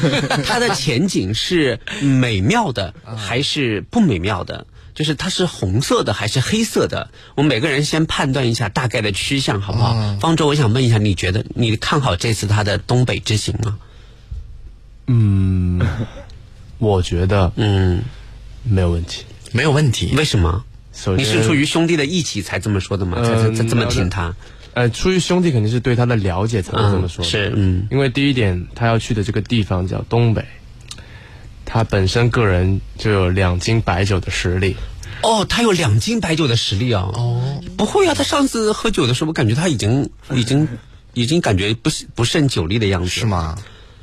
S1: 它的前景是美妙的
S6: 啊
S1: 还是不美妙的？就是它是红色的还是黑色的？我们每个人先判断一下大概的趋向，好不好？
S6: 啊
S1: 方舟，我想问一下，你觉得你看好这次他的东北之行吗？
S6: 嗯，我觉得
S1: 嗯，
S6: 没有问题。
S2: 没有问题。
S1: 为什么？
S6: 首
S1: 你
S6: 先
S1: 是出于兄弟的义气才这么说的吗？才才才这么挺他？
S6: 呃，出于兄弟肯定是对他的了解才会这么说、
S1: 嗯是嗯，
S6: 因为第一点，他要去的这个地方叫东北，他本身个人就有两斤白酒的实力。
S1: 哦，他有两斤白酒的实力啊！哦，不会啊，他上次喝酒的时候，我感觉他已经已经已经感觉不是不胜酒力的样子，
S2: 是？吗？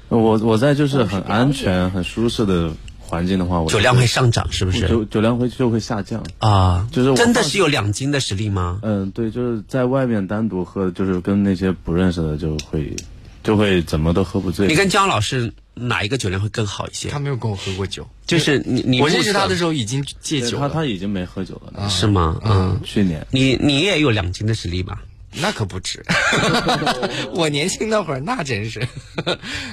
S4: 呃我我在就是很安全、很舒适的环境的话，我
S1: 哦酒量会上涨是不是？
S4: 酒酒量会就会下降。
S1: 啊，
S4: 就是我
S1: 真的
S4: 放
S1: 是有两斤的实力吗？
S4: 嗯，对，就是在外面单独喝，就是跟那些不认识的就会就会怎么都喝不醉。
S1: 你跟姜老师哪一个酒量会更好一些
S2: 他？没有跟我喝过酒，
S1: 就是你你
S2: 我认识他的
S1: 时
S2: 时候已经戒
S4: 对
S2: 酒
S4: 他
S2: 了，
S4: 他已经没喝酒了，
S1: 候是吗？嗯，
S4: 去年
S1: 你你也有两斤的实力吧？
S2: 那可不止。 我年轻那会儿，那真是，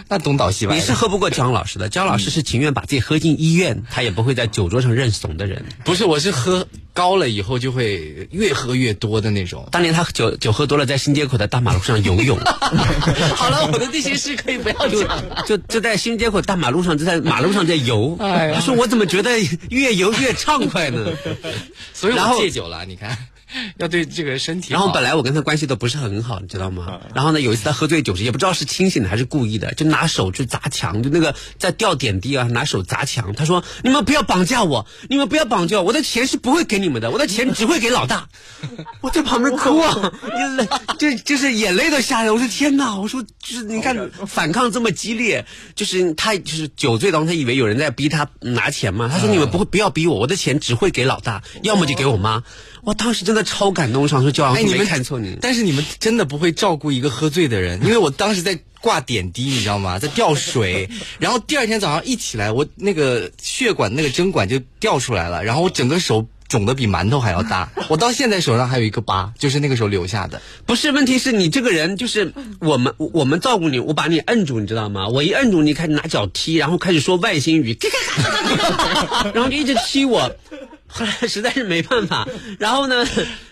S2: 那东倒西歪
S1: 你
S2: 的。
S1: 是喝不过姜老师的，姜老师是情愿把自己喝进医院，他也不会在酒桌上认怂的人。
S2: 不是？我是喝高了以后就会越喝越多的那种。
S1: 当年他酒酒喝多了，在新街口的大马路上游泳。好了，我的地形师可以不要讲了。就就在新街口大马路上，就在马路上在游。
S2: 哎呀
S1: 他说我怎么觉得越游越畅快 呢？
S2: 所以
S1: 然后
S2: 我戒酒了，你看，要对这个身体
S1: 然
S2: 好。
S1: 后本来我跟他关系都不是很好，你知道
S2: 嗯
S1: 吗？然后呢，有一次他喝醉酒时，也不知道是清醒的还是故意的，就拿手去砸墙，就那个在吊点滴啊，拿手砸墙。他说：“你们不要绑架我，你们不要绑架我，我的钱是不会给你们的，我的钱只会给老大。”我在旁边哭 啊，眼泪， 这就是眼泪都下来。我说天哪！我说就是你看反抗这么激烈，就是他就是酒醉当中，他以为有人在逼他拿钱
S2: 嗯
S1: 嘛。他说你们不会不要逼我，我的钱只会给老大，要么就给我妈。我当时真的超感动，我想说焦阳，
S2: 嗯哎，你
S1: 没
S2: 们
S1: 看错你。
S2: 但是你们真的不会照顾一个喝醉 的人，因为我当时在挂点滴，你知道吗？在 吊水，然后第二天早上一起来，我那个血管那个针管就掉出来了，然后我整个手肿的比馒头还 要大，我到现在手上还有一个疤，就是那个时候留下的。
S1: 不是，问题是你这个人就是我们，我我们照顾你，我把你摁住，你知道吗？我一摁住你，开始拿脚踢，然后开始说外星语，咔咔咔咔咔咔咔然后就一直踢我。后来实在是没办法，然后呢，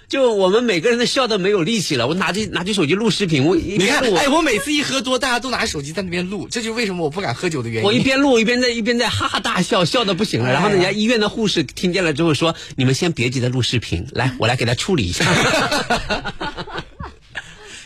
S1: 就我们每个人都笑得没有力气了。我拿起拿起手机录视频，我一
S2: 你
S1: 边
S2: 看，
S1: 录我。
S2: 哎，我每次一喝多，大家都拿手机在那边录，这就是为什么我不敢喝酒的原因。
S1: 我一边录一边在一边在哈哈大笑，笑的不行了。然后人家医院的护士听见了之后说：“你们先别急着录视频，来，我来给他处理一下。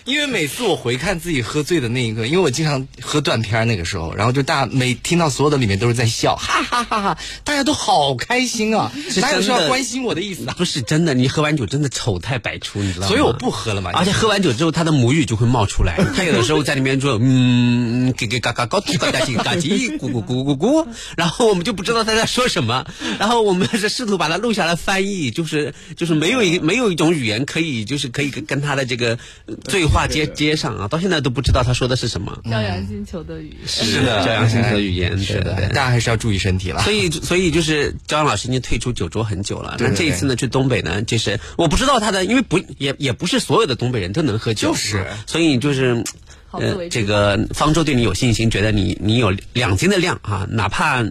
S2: 因为每次我回看自己喝醉的那一刻，因为我经常喝断片儿那个时候，然后就大家每听到所有的里面都是在笑，哈哈哈哈，大家都好开心啊，哪有说
S1: 真
S2: 要
S1: 的
S2: 关心我的意思啊？
S1: 不是真的，你喝完酒真的丑态百出，你知道吗？
S2: 所以我不喝了嘛。
S1: 而且喝完酒之后，他的母语就会冒出来。他有的时候在那边说，嗯，给给嘎嘎高嘎嘎叽嘎叽咕咕咕咕咕，然后我们就不知道他在说什么，然后我们是试图把它录下来翻译，就是就是没有一没有一种语言可以就是可以跟跟他的这个呃对话接接上啊，到现在都不知道他说的是什么。
S5: 朝阳星球的雨。
S1: 是的，教养性和语言，
S2: 是
S1: 对
S2: 的，
S1: 对
S2: 大家还是要注意身 体了。
S1: 所以，所以就是张老师已经退出酒桌很久了。
S2: 对
S1: 那这一次呢，去东北呢，就是我不知道他的，因为不也也不是所有的东北人都能喝酒，嗯
S2: 就是
S1: 所以就是。
S5: 好自
S1: 呃，
S5: 为之
S1: 这个方舟对你有信心，觉得你你有两斤的量啊，哪怕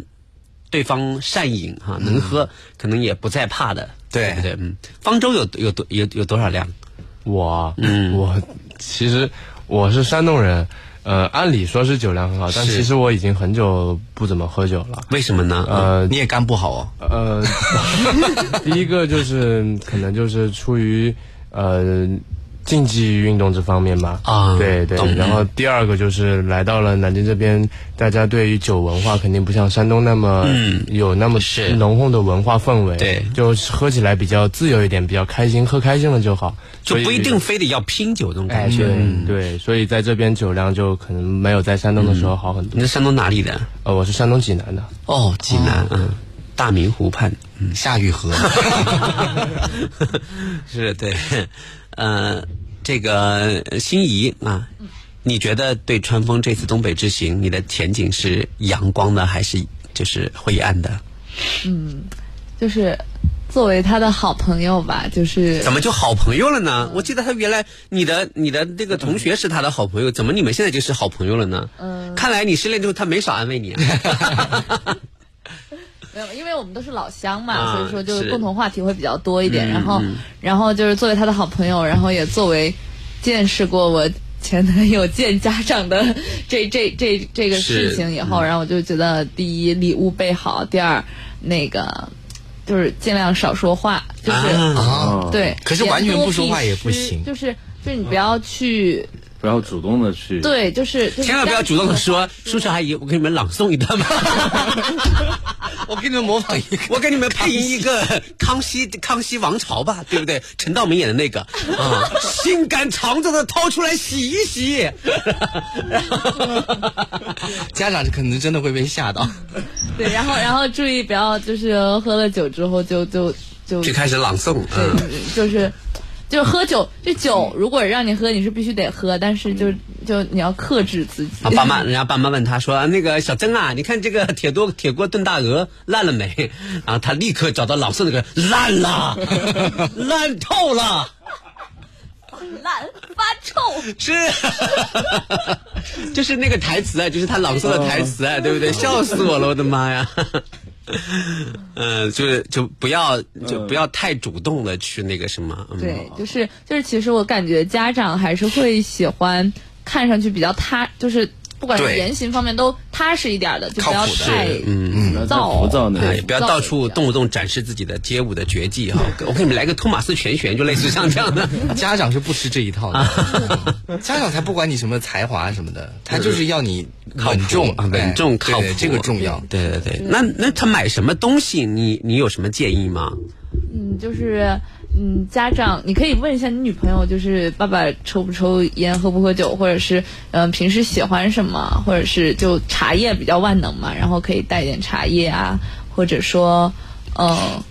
S1: 对方善饮哈、啊，能喝，可能也不再怕的，
S2: 嗯对
S1: 不对？嗯，方舟有有多有有多少量？
S6: 我啊，
S1: 嗯
S6: 我其实我是山东人，呃，按理说是酒量很好，但
S1: 是
S6: 其实我已经很久不怎么喝酒了。
S1: 为什么呢？嗯
S6: 呃
S2: 你也肝不好哦，
S6: 呃， 第一个就是可能就是出于呃竞技运动这方面吧。
S1: 啊
S6: 对对
S1: 懂。
S6: 然后第二个就是来到了南京这边，大家对于酒文化肯定不像山东那么
S1: 嗯
S6: 有那么
S1: 是
S6: 浓厚的文化氛围。
S1: 对
S6: 就喝起来比较自由一点，比较开心，喝开心了就好。
S1: 就
S6: 所以
S1: 不一定非得要拼酒这种
S6: 哎，
S1: 感觉。
S6: 对、
S1: 嗯
S6: 对，所以在这边酒量就可能没有在山东的时候
S1: 嗯
S6: 好很多。
S1: 你是山东哪里的？
S6: 呃，我是山东济南的，
S1: 哦，济南，嗯，大明湖畔。
S2: 下雨喝。
S1: 是对， 呃，这个呃心仪啊，你觉得对川峰这次东北之行，你的前景是阳光的，还是就是灰暗的？
S5: 就是自作为他的好朋友吧，就是
S1: 怎么就好朋友了呢？我记得他原来你的你的那个同学是他的好朋友，怎么你们现在就是好朋友了呢？
S5: 嗯
S1: 看来你失恋之后他没少安慰你啊。
S5: 没有，因为我们都是老乡嘛，
S1: 啊
S5: 所以说就是
S1: 是
S5: 共同话题会比较多一点。
S1: 嗯
S5: 然后
S1: 嗯，
S5: 然后就是作为他的好朋友，然后也作为见识过我前男友见家长的这 这这这个
S11: 是
S5: 事情以
S1: 嗯
S5: 后，然后我就觉得，第一礼物备好，第二那个就是尽量少说话，就是、
S4: 啊
S5: 对，
S4: 可是完全
S5: 多
S4: 不说
S5: 避
S4: 话也不
S5: 失
S4: 行
S5: 就是就是你不要去。
S1: 嗯
S4: 不要主动的去。
S5: 对，就是、就是、
S1: 千万不要主动的说，叔叔阿姨，我给你们朗诵一段吧。 我给你们模仿一个，我给你们配音一个《康熙康熙王朝》吧，对不对？陈道明演的那个，啊，心肝肠子的掏出来洗一 洗。
S2: 家长可能真的会被吓到，
S5: 对，然后然后注意不要就是喝了酒之后就就就
S1: 就开始朗诵，嗯，
S5: 就是就是喝酒，这酒如果让你喝，你是必须得喝，但是就就你要克制自己。
S1: 嗯啊，爸妈，人家爸妈问他说：“那个小曾啊，你看这个铁锅铁锅炖大鹅烂了没？”然后他立刻找到朗诵那个烂了，烂透了。
S5: 烂发臭，
S1: 是， 就是那个台词啊，就是他朗诵的台词
S2: 哦
S1: 啊，对不对？笑死我了，我的妈呀！ 嗯，就是就不要就
S2: 嗯
S1: 不要太主动的去那个什么，嗯，
S5: 对，就是就是，其实我感觉家长还是会喜欢看上去比较踏，就是不管是
S1: 对
S5: 言行方面都踏实一点的，就不要太
S1: 是嗯
S5: 浮躁，
S1: 对，不要到处动不动展示自己的街舞的绝技哈。我给你们来个托马斯全旋，就类似像这样的。
S2: 家长是不吃这一套的， 家长才不管你什么才华什么的，他就是要你
S1: 靠
S2: 稳
S1: 谱
S2: 重
S1: 啊，稳重
S2: 哎
S1: 靠谱
S2: 对，这个重要。
S1: 对对对，那那他买什么东西，你你有什么建议吗？
S5: 嗯，就是嗯，家长你可以问一下你女朋友，就是爸爸抽不抽烟，喝不喝酒，或者是嗯、呃平时喜欢什么，或者是就茶叶比较万能嘛，然后可以带一点茶叶啊，或者说嗯、呃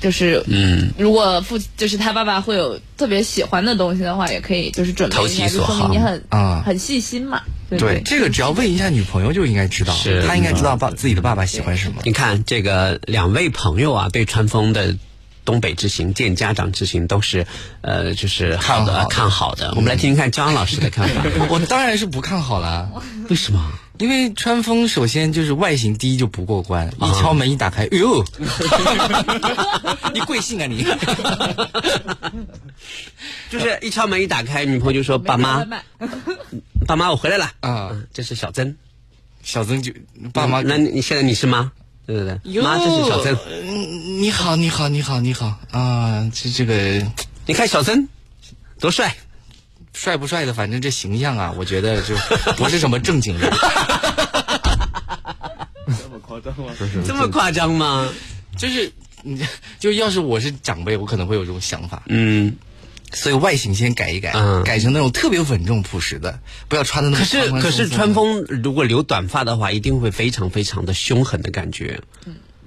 S5: 就是
S1: 嗯，
S5: 如果父就是他爸爸会有特别喜欢的东西的话，也可以就是准备
S2: 投
S5: 一
S2: 其
S5: 下，就
S2: 所
S5: 说
S2: 好
S5: 明你很、
S2: 啊
S5: 很细心嘛，对
S2: 对，这个只要问一下女朋友就应该知道
S1: 是，
S2: 她应该知道爸自己的爸爸喜欢什么。
S1: 你看这个两位朋友啊，对川峰的东北之行、见家长之行都是呃，就是好的看好的。我们来听听看张老师的看法。
S2: 我当然是不看好啦，
S1: 为什么？
S2: 因为川峰首先就是外形第一就不过关，
S1: 嗯
S2: 一敲门一打开，哎呦， 你贵姓啊你？
S1: 就是一敲门一打开，女朋友就说：“爸妈，爸妈，我回来了。”
S2: 啊，
S1: 这是小曾。
S2: 小曾就爸妈
S1: 嗯那你你现在你是妈，对不对？
S2: 哟
S1: 妈，这是小曾。
S2: 嗯你好，你好，你好，你好啊！这这个，
S1: 你看小曾多帅，
S2: 帅不帅的，反正这形象啊，我觉得就不是什么正经人。
S4: 这么夸张吗？
S1: 这么夸张吗？
S2: 就是你，就要是我是长辈，我可能会有这种想法。
S1: 嗯，
S2: 所以外形先改一改，
S1: 嗯
S2: 改成那种特别稳重朴实的，不要穿的那么
S1: 可是
S2: 宽宽
S1: 可
S2: 松
S1: 是
S2: 松
S1: 川峰如果留短发的话，一定会非常非常的凶狠的感觉。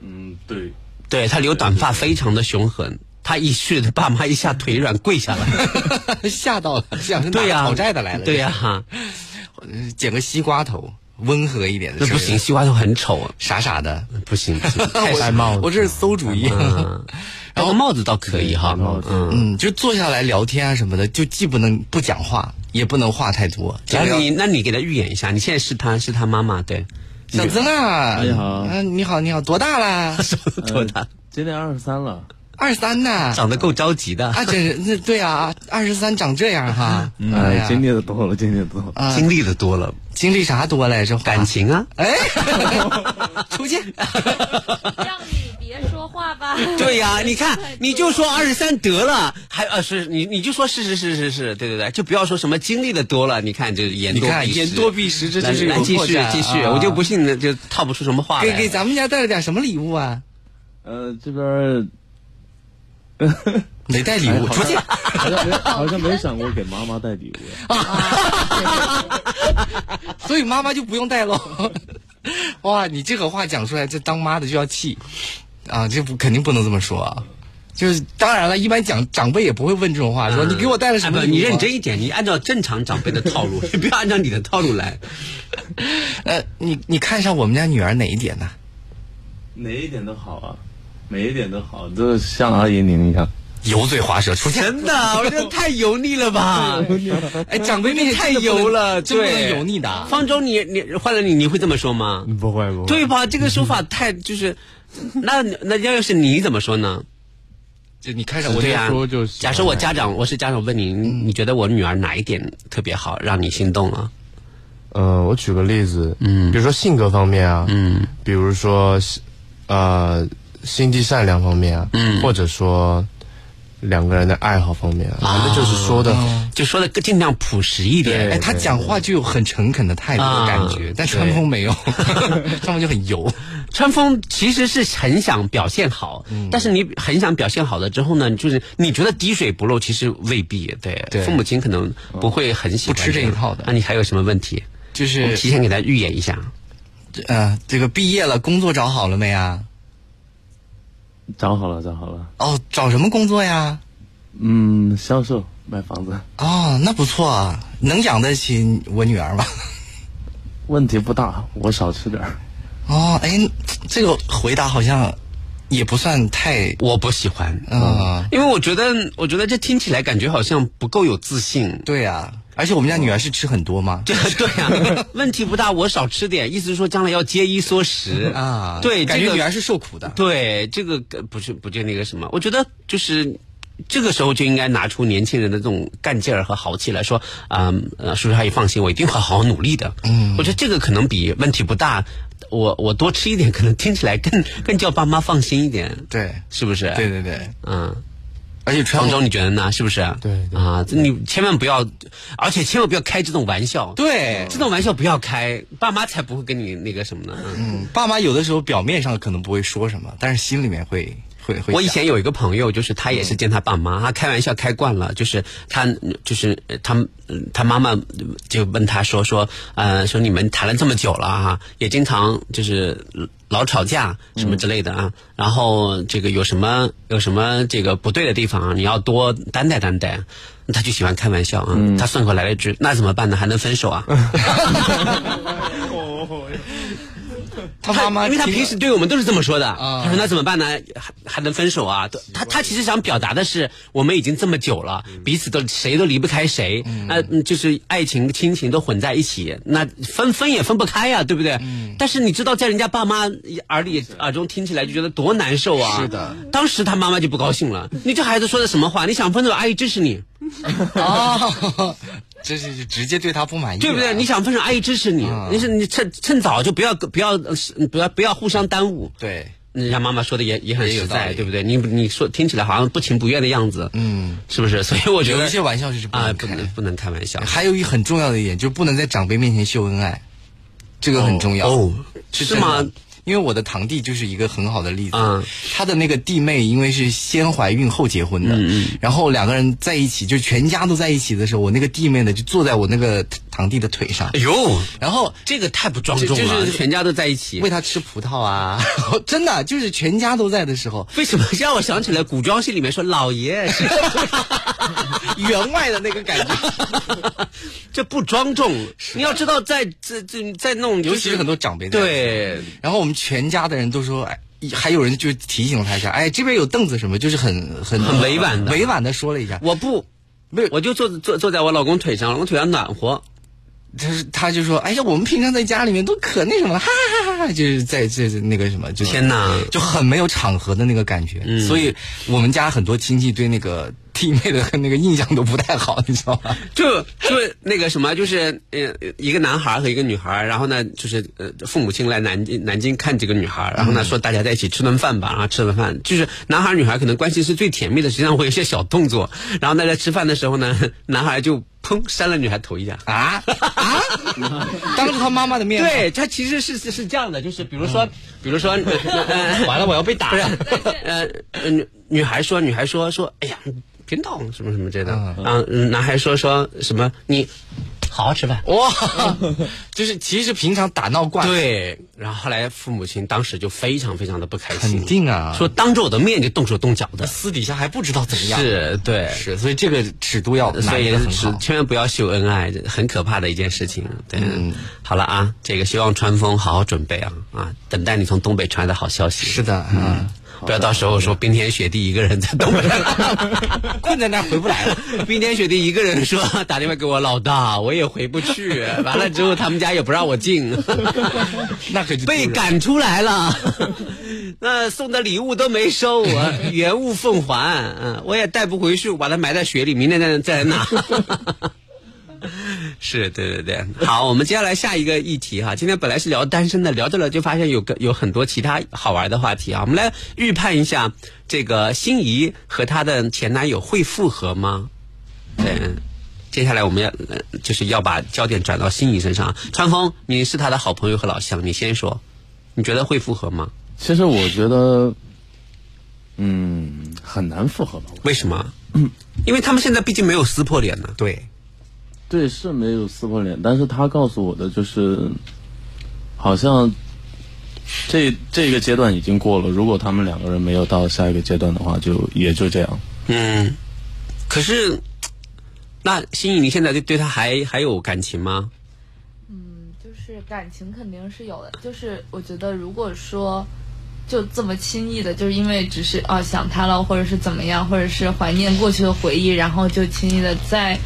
S4: 嗯，对，
S1: 对他留短发非常的凶狠，他一去，他爸妈一下腿软跪下来。
S2: 吓到了，想是
S1: 对呀、
S2: 哪讨债的来了。
S1: 对呀、
S2: 呃剪个西瓜头，温和一点的。
S1: 那不行，，西瓜头很丑啊，
S2: 傻傻的，
S1: 不行，不 行
S2: 太
S1: 太
S2: 傻
S1: 帽子。
S2: 我这是馊主意。
S1: 嗯， 然后帽子倒可以哈，嗯。
S2: 嗯，就坐下来聊天啊什么的，就既不能不讲话，也不能话太多。
S1: 然后你，那你给他预演一下，你现在是他是他妈妈， 对，
S2: 小曾啊，
S4: 你好
S2: 嗯，你好，你好，多大啦？
S1: 多大？
S4: 今年二十三了，
S2: 二三呐。
S1: 长得够着急的，
S2: 啊，真是那对啊，二十三长这样哈，哎
S4: 哎，
S2: 呀
S4: 经历的多了，经历的多了。
S2: 啊，
S1: 经历的多了，
S2: 经历啥多来着？
S1: 感情啊，
S2: 哎， 出去，
S5: 让你别说话吧。
S1: 对呀、你看，你就说二十三得了，还呃是你你就说是是是是是，对对对，就不要说什么经历的多了，你看这言
S2: 你
S1: 多
S2: 看
S1: 必失
S2: 言多必失，这就是
S1: 来
S2: 有
S1: 来继
S2: 破
S1: 续
S2: 绽
S1: 继续，
S2: 啊
S1: 我就不信你就套不出什么话
S2: 给
S1: 来。
S2: 给咱们家带了点什么礼物啊？
S4: 呃，这边儿
S2: 没带礼物，出去。
S4: 好像没好像没想过给妈妈带礼物。
S2: 所以妈妈就不用带喽。 哇，你这个话讲出来，这当妈的就要气啊！这不肯定不能这么说啊。就是当然了，一般讲长辈也不会问这种话，说、你给我带了什么
S1: 啊
S2: 礼
S1: 不
S2: 物啊、
S1: 你认真一点，你按照正常长辈的套 路，你不要按照你的套路来。
S2: 呃，你你看上我们家女儿哪一点呢、
S4: 哪一点都好啊，每一点都好，就是像阿姨您一样。
S2: 油嘴滑舌出现，
S1: 真的，我觉得太油腻了 吧？哎，掌柜你太油了，
S2: 真的不能
S1: 对，
S2: 油腻的啊
S1: 方舟，你你换了你，你会这么说吗？
S6: 不会不会，
S1: 对吧？这个说法太就是，那那要是你怎么说呢？
S2: 就你开始
S1: 我
S2: 我
S1: 这
S2: 这
S1: 样
S2: 样，
S6: 说就行哎
S1: 假设我家长，我是家长，问你，
S2: 嗯
S1: 你觉得我女儿哪一点特别好，让你心动啊了？
S6: 呃，我举个例子，
S1: 嗯
S6: 比如说性格方面啊，
S1: 嗯，
S6: 比如说，呃，心地善良方面啊，
S1: 嗯
S6: 或者说两个人的爱好方面啊，反正就是说的，
S2: 嗯
S1: 就说的尽量朴实一
S6: 对
S1: 点
S2: 哎，。他讲话就有很诚恳的态度
S1: 啊
S2: 的感觉，但川 峰没有， 川峰就很油。
S1: 川峰其实是很想表现好，
S2: 嗯
S1: 但是你很想表现好了之后呢，就是你觉得滴水不漏，其实未必。对，
S2: 对嗯
S1: 父母亲可能不会很喜欢
S2: 不吃这一
S1: 样
S2: 套的
S1: 那你还有什么问题？
S2: 就
S1: 我们
S2: 是
S1: 提前给他预演一下。
S2: 呃，这个毕业了，工作找好了没啊？
S4: 找好了，找好了。
S2: 哦，找什么工作呀？
S4: 嗯，销售卖房子，
S2: 哦，那不错啊，能养得起我女儿吗？
S4: 问题不大，我少吃点儿。
S2: 哦，哎，这个回答好像也不算太，
S1: 我不喜欢，
S2: 嗯，
S1: 因为我觉得，我觉得这听起来感觉好像不够有自信。
S2: 对啊，而且我们家女儿是吃很多 吗？
S1: 对对呀、问题不大，我少吃点，意思是说将来要节衣缩食
S2: 啊，
S1: 对，
S2: 感觉
S1: 这
S2: 女
S1: 个
S2: 儿是受苦的。
S1: 对这个呃不是不就那个什么？我觉得就是这个时候就应该拿出年轻人的这种干劲儿和豪气来说，嗯、呃，叔叔阿姨放心，我一定会好好努力的。嗯，我觉得这个可能比问题不大，我我多吃一点，可能听起来更更叫爸妈放心一点，
S2: 对，
S1: 是不是？
S2: 对对对，
S1: 嗯。
S2: 而且
S1: 方
S2: 川
S1: 舟，你觉得呢？是不是？
S6: 对对
S1: 啊，这你千万不要，而且千万不要开这种玩笑。
S2: 对
S1: 这种玩笑不要开，爸妈才不会跟你那个什么呢。嗯，
S2: 嗯爸妈有的时候表面上可能不会说什么，但是心里面会会会想。
S1: 我以前有一个朋友，就是他也是见他爸妈，他开玩笑开惯了，就是他就是呃他嗯他妈妈就问他说说呃说你们谈了这么久了啊，也经常就是老吵架什么之类的啊，然后这个有什么有什么这个不对的地方啊，你要多担待担待。他就喜欢开玩笑啊，他顺口来了一句：“那怎么办呢？还能分手啊？”
S2: 他妈妈
S1: 因为他
S2: 听了
S1: 平时对我们都是这么说的。他说：“那怎么办呢？还还能分手啊？”都他他其实想表达的是，我们已经这么久了，彼此都谁都离不开谁，那、嗯就是爱情、亲情都混在一起，那分分也分不开呀、对不对？但是你知道，在人家爸妈耳里耳中听起来就觉得多难受啊！是的，当时他妈妈就不高兴了。你这孩子说的什么话？你想分手，阿姨支持你。
S2: 哦，这是是直接对他不满意啊了，
S1: 对不对？你想分手，阿姨支持你。你是你趁趁早就不要不要不要不要互相耽误。
S2: 对，
S1: 人家妈妈说的也也很
S2: 也有
S1: 实
S2: 道
S1: 在，
S2: 理
S1: 对不对？你你说听起来好像不情不愿的样子，嗯，是不是？所以我觉得
S2: 有一些玩笑是不能
S1: 啊，
S2: 开
S1: 不能不能开玩笑，
S2: 还有一很重要的一点，就是不能在长辈面前秀恩爱，这个很重要。
S1: 哦
S2: 是
S1: 是
S2: 真的
S1: 吗？
S2: 因为我的堂弟就是一个很好的例子，
S1: 嗯
S2: 他的那个弟妹因为是先怀孕后结婚的，
S1: 嗯
S2: 然后两个人在一起，就全家都在一起的时候，我那个弟妹呢就坐在我那个堂弟的腿上，
S1: 哎呦，
S2: 然后
S1: 这个太不庄重了，啊
S2: 就就是
S1: 全家都在一起
S2: 喂。他吃葡萄啊， 然后真的就是全家都在的时候，
S1: 为什么让我想起来古装戏里面说老爷是？
S2: 员外的那个感觉，
S1: 这不庄重。你要知道在，在在在那种
S2: 啊尤其是很多长辈在一起
S1: 对
S2: 然后我们全家的人都说，哎，还有人就提醒他一下，哎，这边有凳子什么，就是很很
S1: 很委婉的
S2: 委婉的说了一下。
S1: 我不，
S2: 没有
S1: 我就坐坐坐在我老公腿上，老公腿上暖和。
S2: 他是他就说，哎呀，我们平常在家里面都可那什么了，哈哈哈哈，就是在这那个什么，就
S1: 天哪嗯
S2: 就很没有场合的那个感觉。所以我们家很多亲戚对那个弟妹的那个印象都不太好，你知道吗？
S1: 就就那个什么，就是呃，一个男孩和一个女孩，然后呢，就是呃，父母亲来南京南京看这个女孩，然后呢说大家在一起吃顿饭吧，然后吃顿饭，就是男孩女孩可能关系是最甜蜜的，实际上会有一些小动作，然后呢在吃饭的时候呢， 男孩就砰扇了女孩头一下。
S2: 啊啊！当着他妈妈的面，，
S1: 对他其实是是是这样的，就是比如说， 比如说，
S2: 嗯
S1: 呃
S2: 完了我要被打
S1: 不是，呃，呃女女孩说，女孩说说，哎呀，别闹，什么什么之类的。然后嗯男孩说说什么，你好好吃饭。
S2: 哇， 就是其实平常打闹惯了，
S1: 对，然后后来父母亲当时就非常非常的不开心，
S2: 肯定啊
S1: 说当着我的面就动手动脚的，
S2: 私底下还不知道怎么样，
S1: 是对，
S2: 是，所以这个尺度要拿
S1: 所以
S2: 捏得很
S1: 是
S2: 好。
S1: 千万不要秀恩爱，这很可怕的一件事情。对，好了啊，这个希望川风好好准备啊啊，等待你从东北传来的好消息。
S2: 是的，嗯，
S1: 不要到时候说冰天雪地一个人在东北， 困在那儿回不来了。 冰天雪地一个人说打电话给我老大，我也回不去。完了之后他们家也不让我进，那可被赶出来 了。那送的礼物都没收 我，原物奉还，嗯，我也带不回去，我把它埋在雪里，明天再再来拿。 是对对对，好，我们接下来下一个议题哈。今天本来是聊单身的，聊着聊就发现有个有很多其他好玩的话题啊。我们来预判一下，这个心仪和她的前男友会复合吗？对，接下来我们要呃就是要把焦点转到心仪身上。川峰，你是他的好朋友和老乡，你先说，你觉得会复合吗？
S4: 其实我觉得，嗯，很难复合吧。
S1: 为什么？因为他们现在毕竟没有撕破脸呢。
S2: 嗯对，
S4: 对，是没有撕破脸，但是他告诉我的就是，好像这这个阶段已经过了。如果他们两个人没有到下一个阶段的话，就也就这样。
S1: 嗯，可是，那心仪，你现在对对他还还有感情吗？
S5: 就是感情肯定是有的，就是我觉得如果说就这么轻易的，就是因为只是啊想他了，或者是怎么样，或者是怀念过去的回忆，然后就轻易的再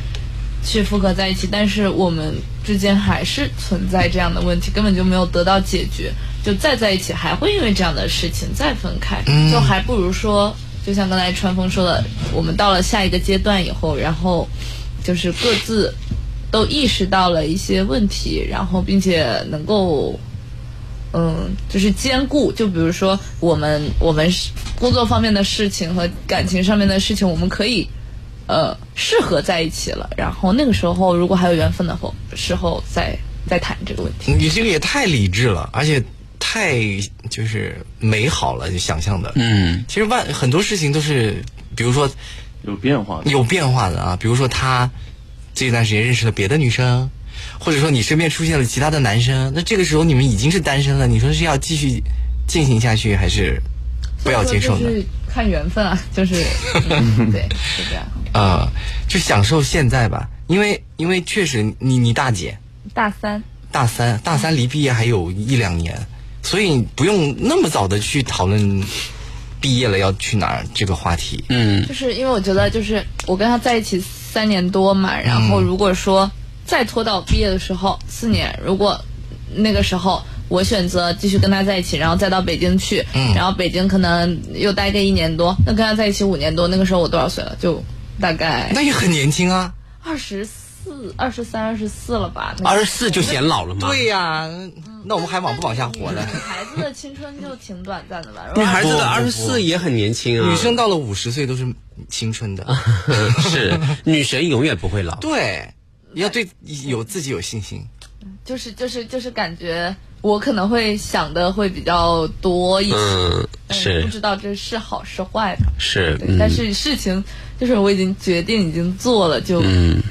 S5: 去复合在一起，但是我们之间还是存在这样的问题，根本就没有得到解决，就再在一起还会因为这样的事情再分开，
S2: 嗯
S5: 就还不如说，就像刚才川峰说的，我们到了下一个阶段以后，然后就是各自都意识到了一些问题，然后并且能够。嗯，就是兼顾，就比如说我们我们是工作方面的事情和感情上面的事情，我们可以呃适合在一起了。然后那个时候如果还有缘分的话，时候再再谈这个问题。
S2: 你这个也太理智了，而且太就是美好了，就想象的。嗯，其实万很多事情都是，比如说
S4: 有变化的，
S2: 有变化的啊，比如说他这段时间认识了别的女生，或者说你身边出现了其他的男生，那这个时候你们已经是单身了，你说是要继续进行下去，还是不要接受
S5: 就
S2: 呢？
S5: 是看缘分啊，就是、嗯、对，是这样。
S2: 啊、就享受现在吧，因为因为确实你你大姐
S5: 大三，
S2: 大三大三离毕业还有一两年，所以不用那么早的去讨论毕业了要去哪儿这个话题。
S1: 嗯，
S5: 就是因为我觉得，就是我跟他在一起三年多嘛，然
S2: 嗯
S5: 后如果说再拖到毕业的时候四年，如果那个时候我选择继续跟他在一起，然后再到北京去，
S2: 嗯
S5: 然后北京可能又待个一年多，那跟他在一起五年多，那个时候我多少岁了？就大概
S2: 那也很年轻啊，
S5: 二十四、二十三、二十四了吧？那个
S1: 二十四就显老了吗？
S2: 对呀、那我们还往不往下活呢？
S5: 女嗯孩子的青春就挺短暂 的吧？
S1: 女孩子的
S2: 不
S1: 二
S2: 不
S1: 十四也很年轻啊。
S2: 女生到了五十岁都是青 春的，
S1: 是女神，永远不会老。
S2: 对，要对有自己有信 心。
S5: 就是就是就是感觉我可能会想的会比较多一些。
S1: 嗯，
S5: 但不
S1: 是
S5: 知道这是好是坏吧？
S1: 是，
S5: 对，
S1: 嗯
S5: 但是事情就是我已经决定，已经做了，就嗯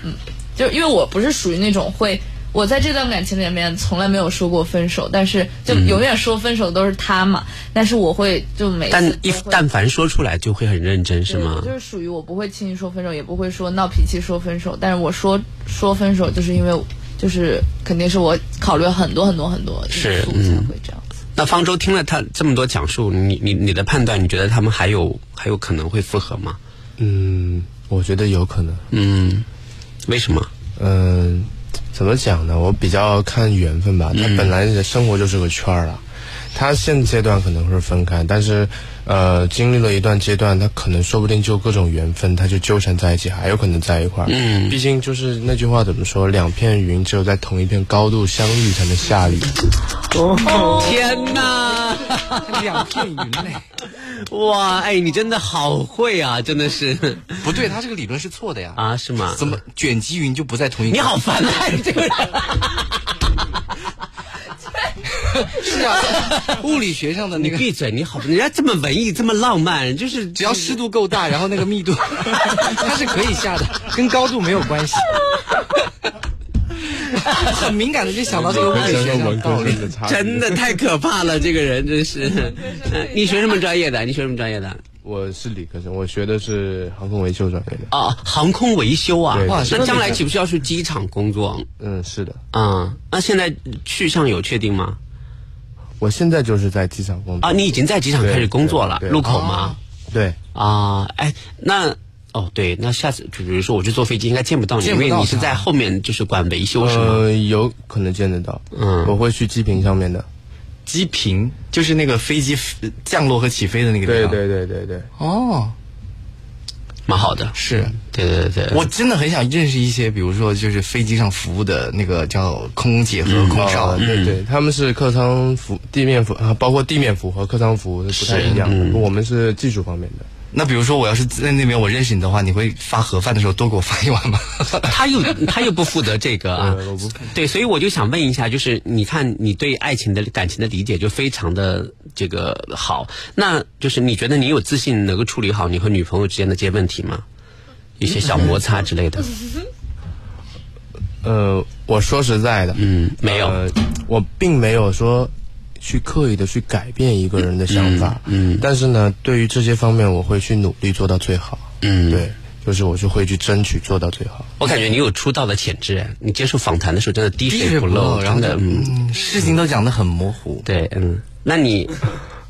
S5: 就因为我不是属于那种会，我在这段感情里面从来没有说过分手，但是就
S1: 嗯
S5: 永远说分手都是他嘛，但是我会就每次
S1: 但
S5: 都
S1: 一
S5: 会
S1: 但凡说出来就会很认真，是
S5: 对
S1: 吗
S5: 我？就是属于我不会轻易说分手，也不会说闹脾气说分手，但是我说说分手，就是因为就是肯定是我考虑很多很多很多因
S1: 是
S5: 素
S1: 嗯
S5: 才会这样子。
S1: 那方舟听了他这么多讲述，你你你的判断，你觉得他们还有还有可能会复合吗？
S6: 嗯，我觉得有可能。
S1: 嗯，为什么？
S6: 嗯，怎么讲呢？我比较看缘分
S1: 嗯
S6: 吧。他本来生活就是个圈儿啊，他现阶段可能会分开，但是呃，经历了一段阶段，他可能说不定就各种缘分，他就纠缠在一起，还有可能在一块儿。
S1: 嗯
S6: 毕竟就是那句话怎么说？两片云只有在同一片高度相遇，才能下雨。
S1: 天哪！
S2: 两片云嘞，
S1: 哇，哎，你真的好会啊，真的是
S2: 不对，他这个理论是错的呀。
S1: 啊，是吗？
S2: 怎么卷积云就不在同一个？
S1: 你好烦 啊，你这个人。
S2: 是啊，物理学上的那
S1: 你
S2: 个，
S1: 闭嘴！你好，人家这么文艺，这么浪漫，就是
S2: 只要湿度够大，然后那个密 度，它是可以下的，跟高度没有关 系。很敏感的就想到这个物理学 上的道理。
S6: 差
S1: 真的太可怕了，这个人真是。 呃你学什么专业的？你学什么专业的？
S6: 我是理科生，我学的是航空维修专业的。
S1: 哦，航空维修啊
S6: 对！
S1: 哇
S6: 对
S1: 那将来岂不是要去机场工作
S6: 嗯，是的，
S1: 啊？那现在去向有确定吗？
S6: 我现在就是在机场工作
S1: 啊，你已经在机场开始工作了，
S6: 对对对
S1: 路口吗？
S6: 对
S1: 啊，哎，那哦对，那下次比如说我去坐飞机，应该见不到你，
S6: 见
S1: 因
S6: 不到
S1: 为你是
S6: 他
S1: 在后面就是管维修是吗？
S6: 呃，有可能见得到，
S1: 嗯
S6: 我会去机坪上面的，
S2: 机坪就是那个飞机呃降落和起飞的那个地
S6: 对
S2: 方。
S6: 对对对对，
S2: 哦，
S1: 蛮好的，
S2: 是
S1: 对对对对，
S2: 我真的很想认识一些，比如说就是飞机上服务的那个叫空姐和空少嗯
S6: 啊，。对对，他们是客舱服、地面服啊，包括地面服和客舱服务是不太一样的，我们是技术方面的。
S2: 那比如说我要是在那边我认识你的话，你会发盒饭的时候多给我发一碗吗？
S1: 他又他又不负责这个啊，对，所以我就想问一下，就是你看你对爱情的感情的理解就非常的这个好，那就是你觉得你有自信能够处理好你和女朋友之间的这些问题吗？一些小摩擦之类的，
S6: 呃，我说实在的，
S1: 嗯，没有，
S6: 呃，我并没有说去刻意的去改变一个人的想法，
S1: 嗯嗯
S6: 但是呢，对于这些方面，我会去努力做到最好，
S1: 嗯，
S6: 对，就是我就会去争取做到最好。
S1: 我感觉你有出道的潜质，哎你接受访谈的时候真的滴水不漏，
S2: 然后
S1: 真
S2: 就
S1: 的，嗯，
S2: 嗯，事情都讲得很模糊。
S1: 对，嗯，那你，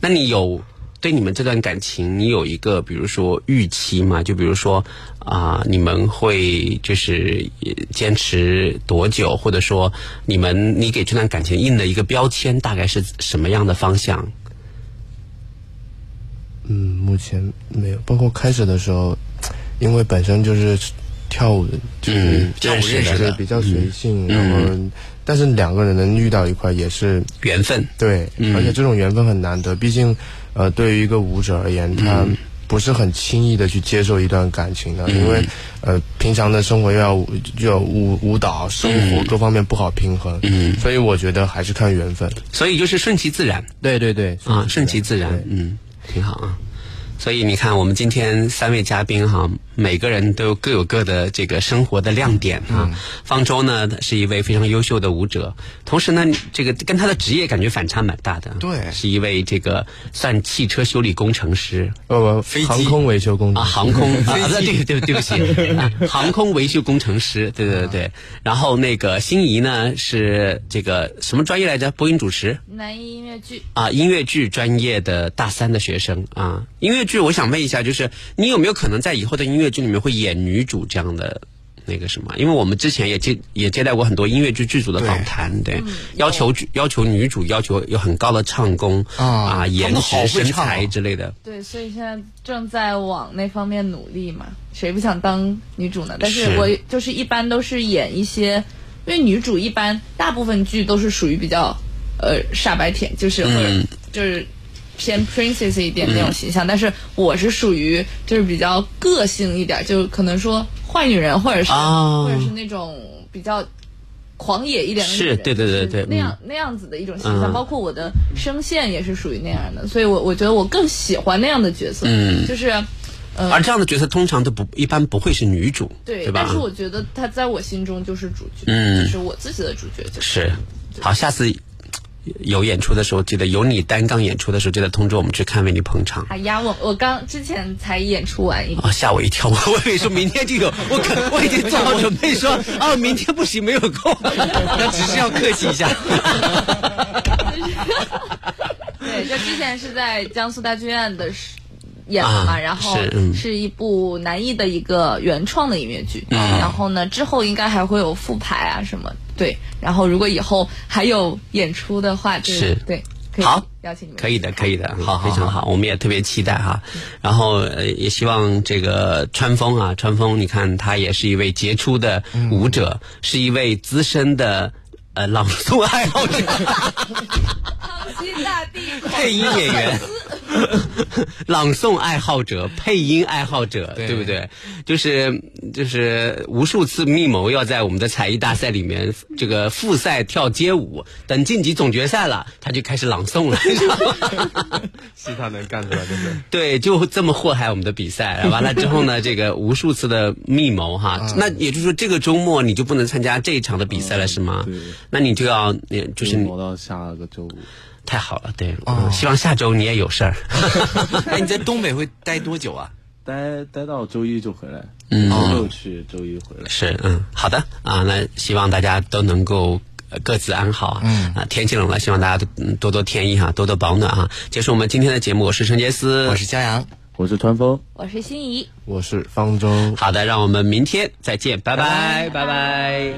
S1: 那你有对你们这段感情，你有一个比如说预期吗？就比如说啊、你们会就是呃坚持多久，或者说你们你给这段感情印的一个标签大概是什么样的方向？
S6: 嗯，目前没有，包括开始的时候，因为本身就是跳舞的，就是
S1: 嗯认识的
S6: 对比较随性，然后但是两个人能遇到一块也是
S1: 缘分，
S6: 对，
S1: 嗯
S6: 而且这种缘分很难得，毕竟，呃，对于一个舞者而言，他
S1: 嗯
S6: 不是很轻易的去接受一段感情的，因为，呃，平常的生活又要又要舞舞蹈、生活各方面不好平衡，
S1: 嗯
S6: 所以我觉得还是看缘分。
S1: 所以就是顺其自然，
S6: 对对对，
S1: 啊，顺其自然
S6: 对，
S1: 嗯，挺好啊。所以你看，我们今天三位嘉宾哈、每个人都有各有各的这个生活的亮点啊。方舟呢是一位非常优秀的舞者，同时呢，这个跟他的职业感觉反差蛮大的。
S2: 对
S1: 是一位这个算汽车修理工程师
S6: 不呃不，
S2: 飞机
S6: 航空维修工
S1: 啊，
S6: 程
S1: 航空 啊，对对对不啊起， 啊航空维修工程师，对对对。然后那个心仪呢是这个什么专业来着？播音主持。
S5: 南一音乐剧，
S1: 啊，音乐剧专业的大三的学生啊，音乐剧，我想问一下，就是你有没有可能在以后的音乐剧里面会演女主这样的那个什么？因为我们之前也接也接待过很多音乐剧剧组的访谈，对，
S5: 嗯
S1: 要求剧要求女主要求有很高的唱功
S2: 啊
S1: 颜
S2: 他们好
S1: 值、
S2: 会
S1: 身
S2: 唱啊
S1: 材之类的。
S5: 对，所以现在正在往那方面努力嘛。谁不想当女主呢？但
S1: 是
S5: 是我就是一般都是演一些，因为女主一般大部分剧都是属于比较呃傻白甜，就是或者
S1: 嗯
S5: 就是偏 princess 一点那种形象。但是我是属于就是比较个性一点，就可能说坏女人，或者是、
S1: 啊
S5: 或者是那种比较狂野一点的女
S1: 是
S5: 人，
S1: 对对对
S5: 就是
S1: 对
S5: 那样
S1: 嗯
S5: 那样子的一种形
S1: 嗯
S5: 象，包括我的声线也是属于那样的，所以我我觉得我更喜欢那样的角色，
S1: 嗯
S5: 就是
S1: 而这样的角色通常都不一般不会是女主，
S5: 对，
S1: 吧？
S5: 但是我觉得他在我心中就是主角，
S1: 嗯
S5: 就是我自己的主角，就是
S1: 是，好，下次有演出的时候，记得有你单杠演出的时候，记得通知我们去看为你捧场。
S5: 哎呀，我我刚之前才演出完一个，
S1: 啊，吓我一跳！我我以为说明天就有，我可我已经做好准备说啊，明天不行，没有空。 那只是要客气一下。
S5: 对，就之前是在江苏大剧院的是演的嘛，
S1: 啊
S5: 然后
S1: 是嗯
S5: 是一部南艺的一个原创的音乐剧，
S1: 嗯
S5: 然后呢之后应该还会有复排啊什么，对，然后如果以后还有演出的话，就是对，可以
S1: 好
S5: 邀请你 们，
S1: 可以的，可以的，好，
S2: 好
S1: 非常好，我们也特别期待哈。然后呃，也希望这个川峰啊，川峰，你看他也是一位杰出的舞者，是一位资深的呃朗诵爱好者。
S5: 西大地广
S1: 配音演员、朗诵爱好者、配音爱好者，对
S2: 对
S1: 不对？就是就是无数次密谋要在我们的才艺大赛里面这个复赛跳街舞，等晋级总决赛了，他就开始朗诵了，你知道吗？
S6: 是他能干出来，对不对？
S1: 对，就这么祸害我们的比赛。完了之后呢，这个无数次的密谋哈，
S6: 啊
S1: 那也就是说这个周末你就不能参加这一场的比赛了，是吗？
S4: 对
S1: 那你就要，你就是你
S4: 挪到下个周五。
S1: 太好了，对，
S2: 哦
S1: 嗯希望下周你也有事 儿。
S2: 哎，你在东北会待多久啊？
S4: 待待到周一就回来，
S1: 嗯
S4: 周六去，周一回来。
S1: 是，嗯，好的啊，那希望大家都能够呃各自安好啊。嗯啊，天气冷了，希望大家都嗯多多添衣哈，多多保暖啊。结束我们今天的节目，我是陈杰斯，
S2: 我是骄阳，
S4: 我是川峰，
S5: 我是心怡。
S6: 我是方舟。
S1: 好的，让我们明天再见，拜拜，拜拜。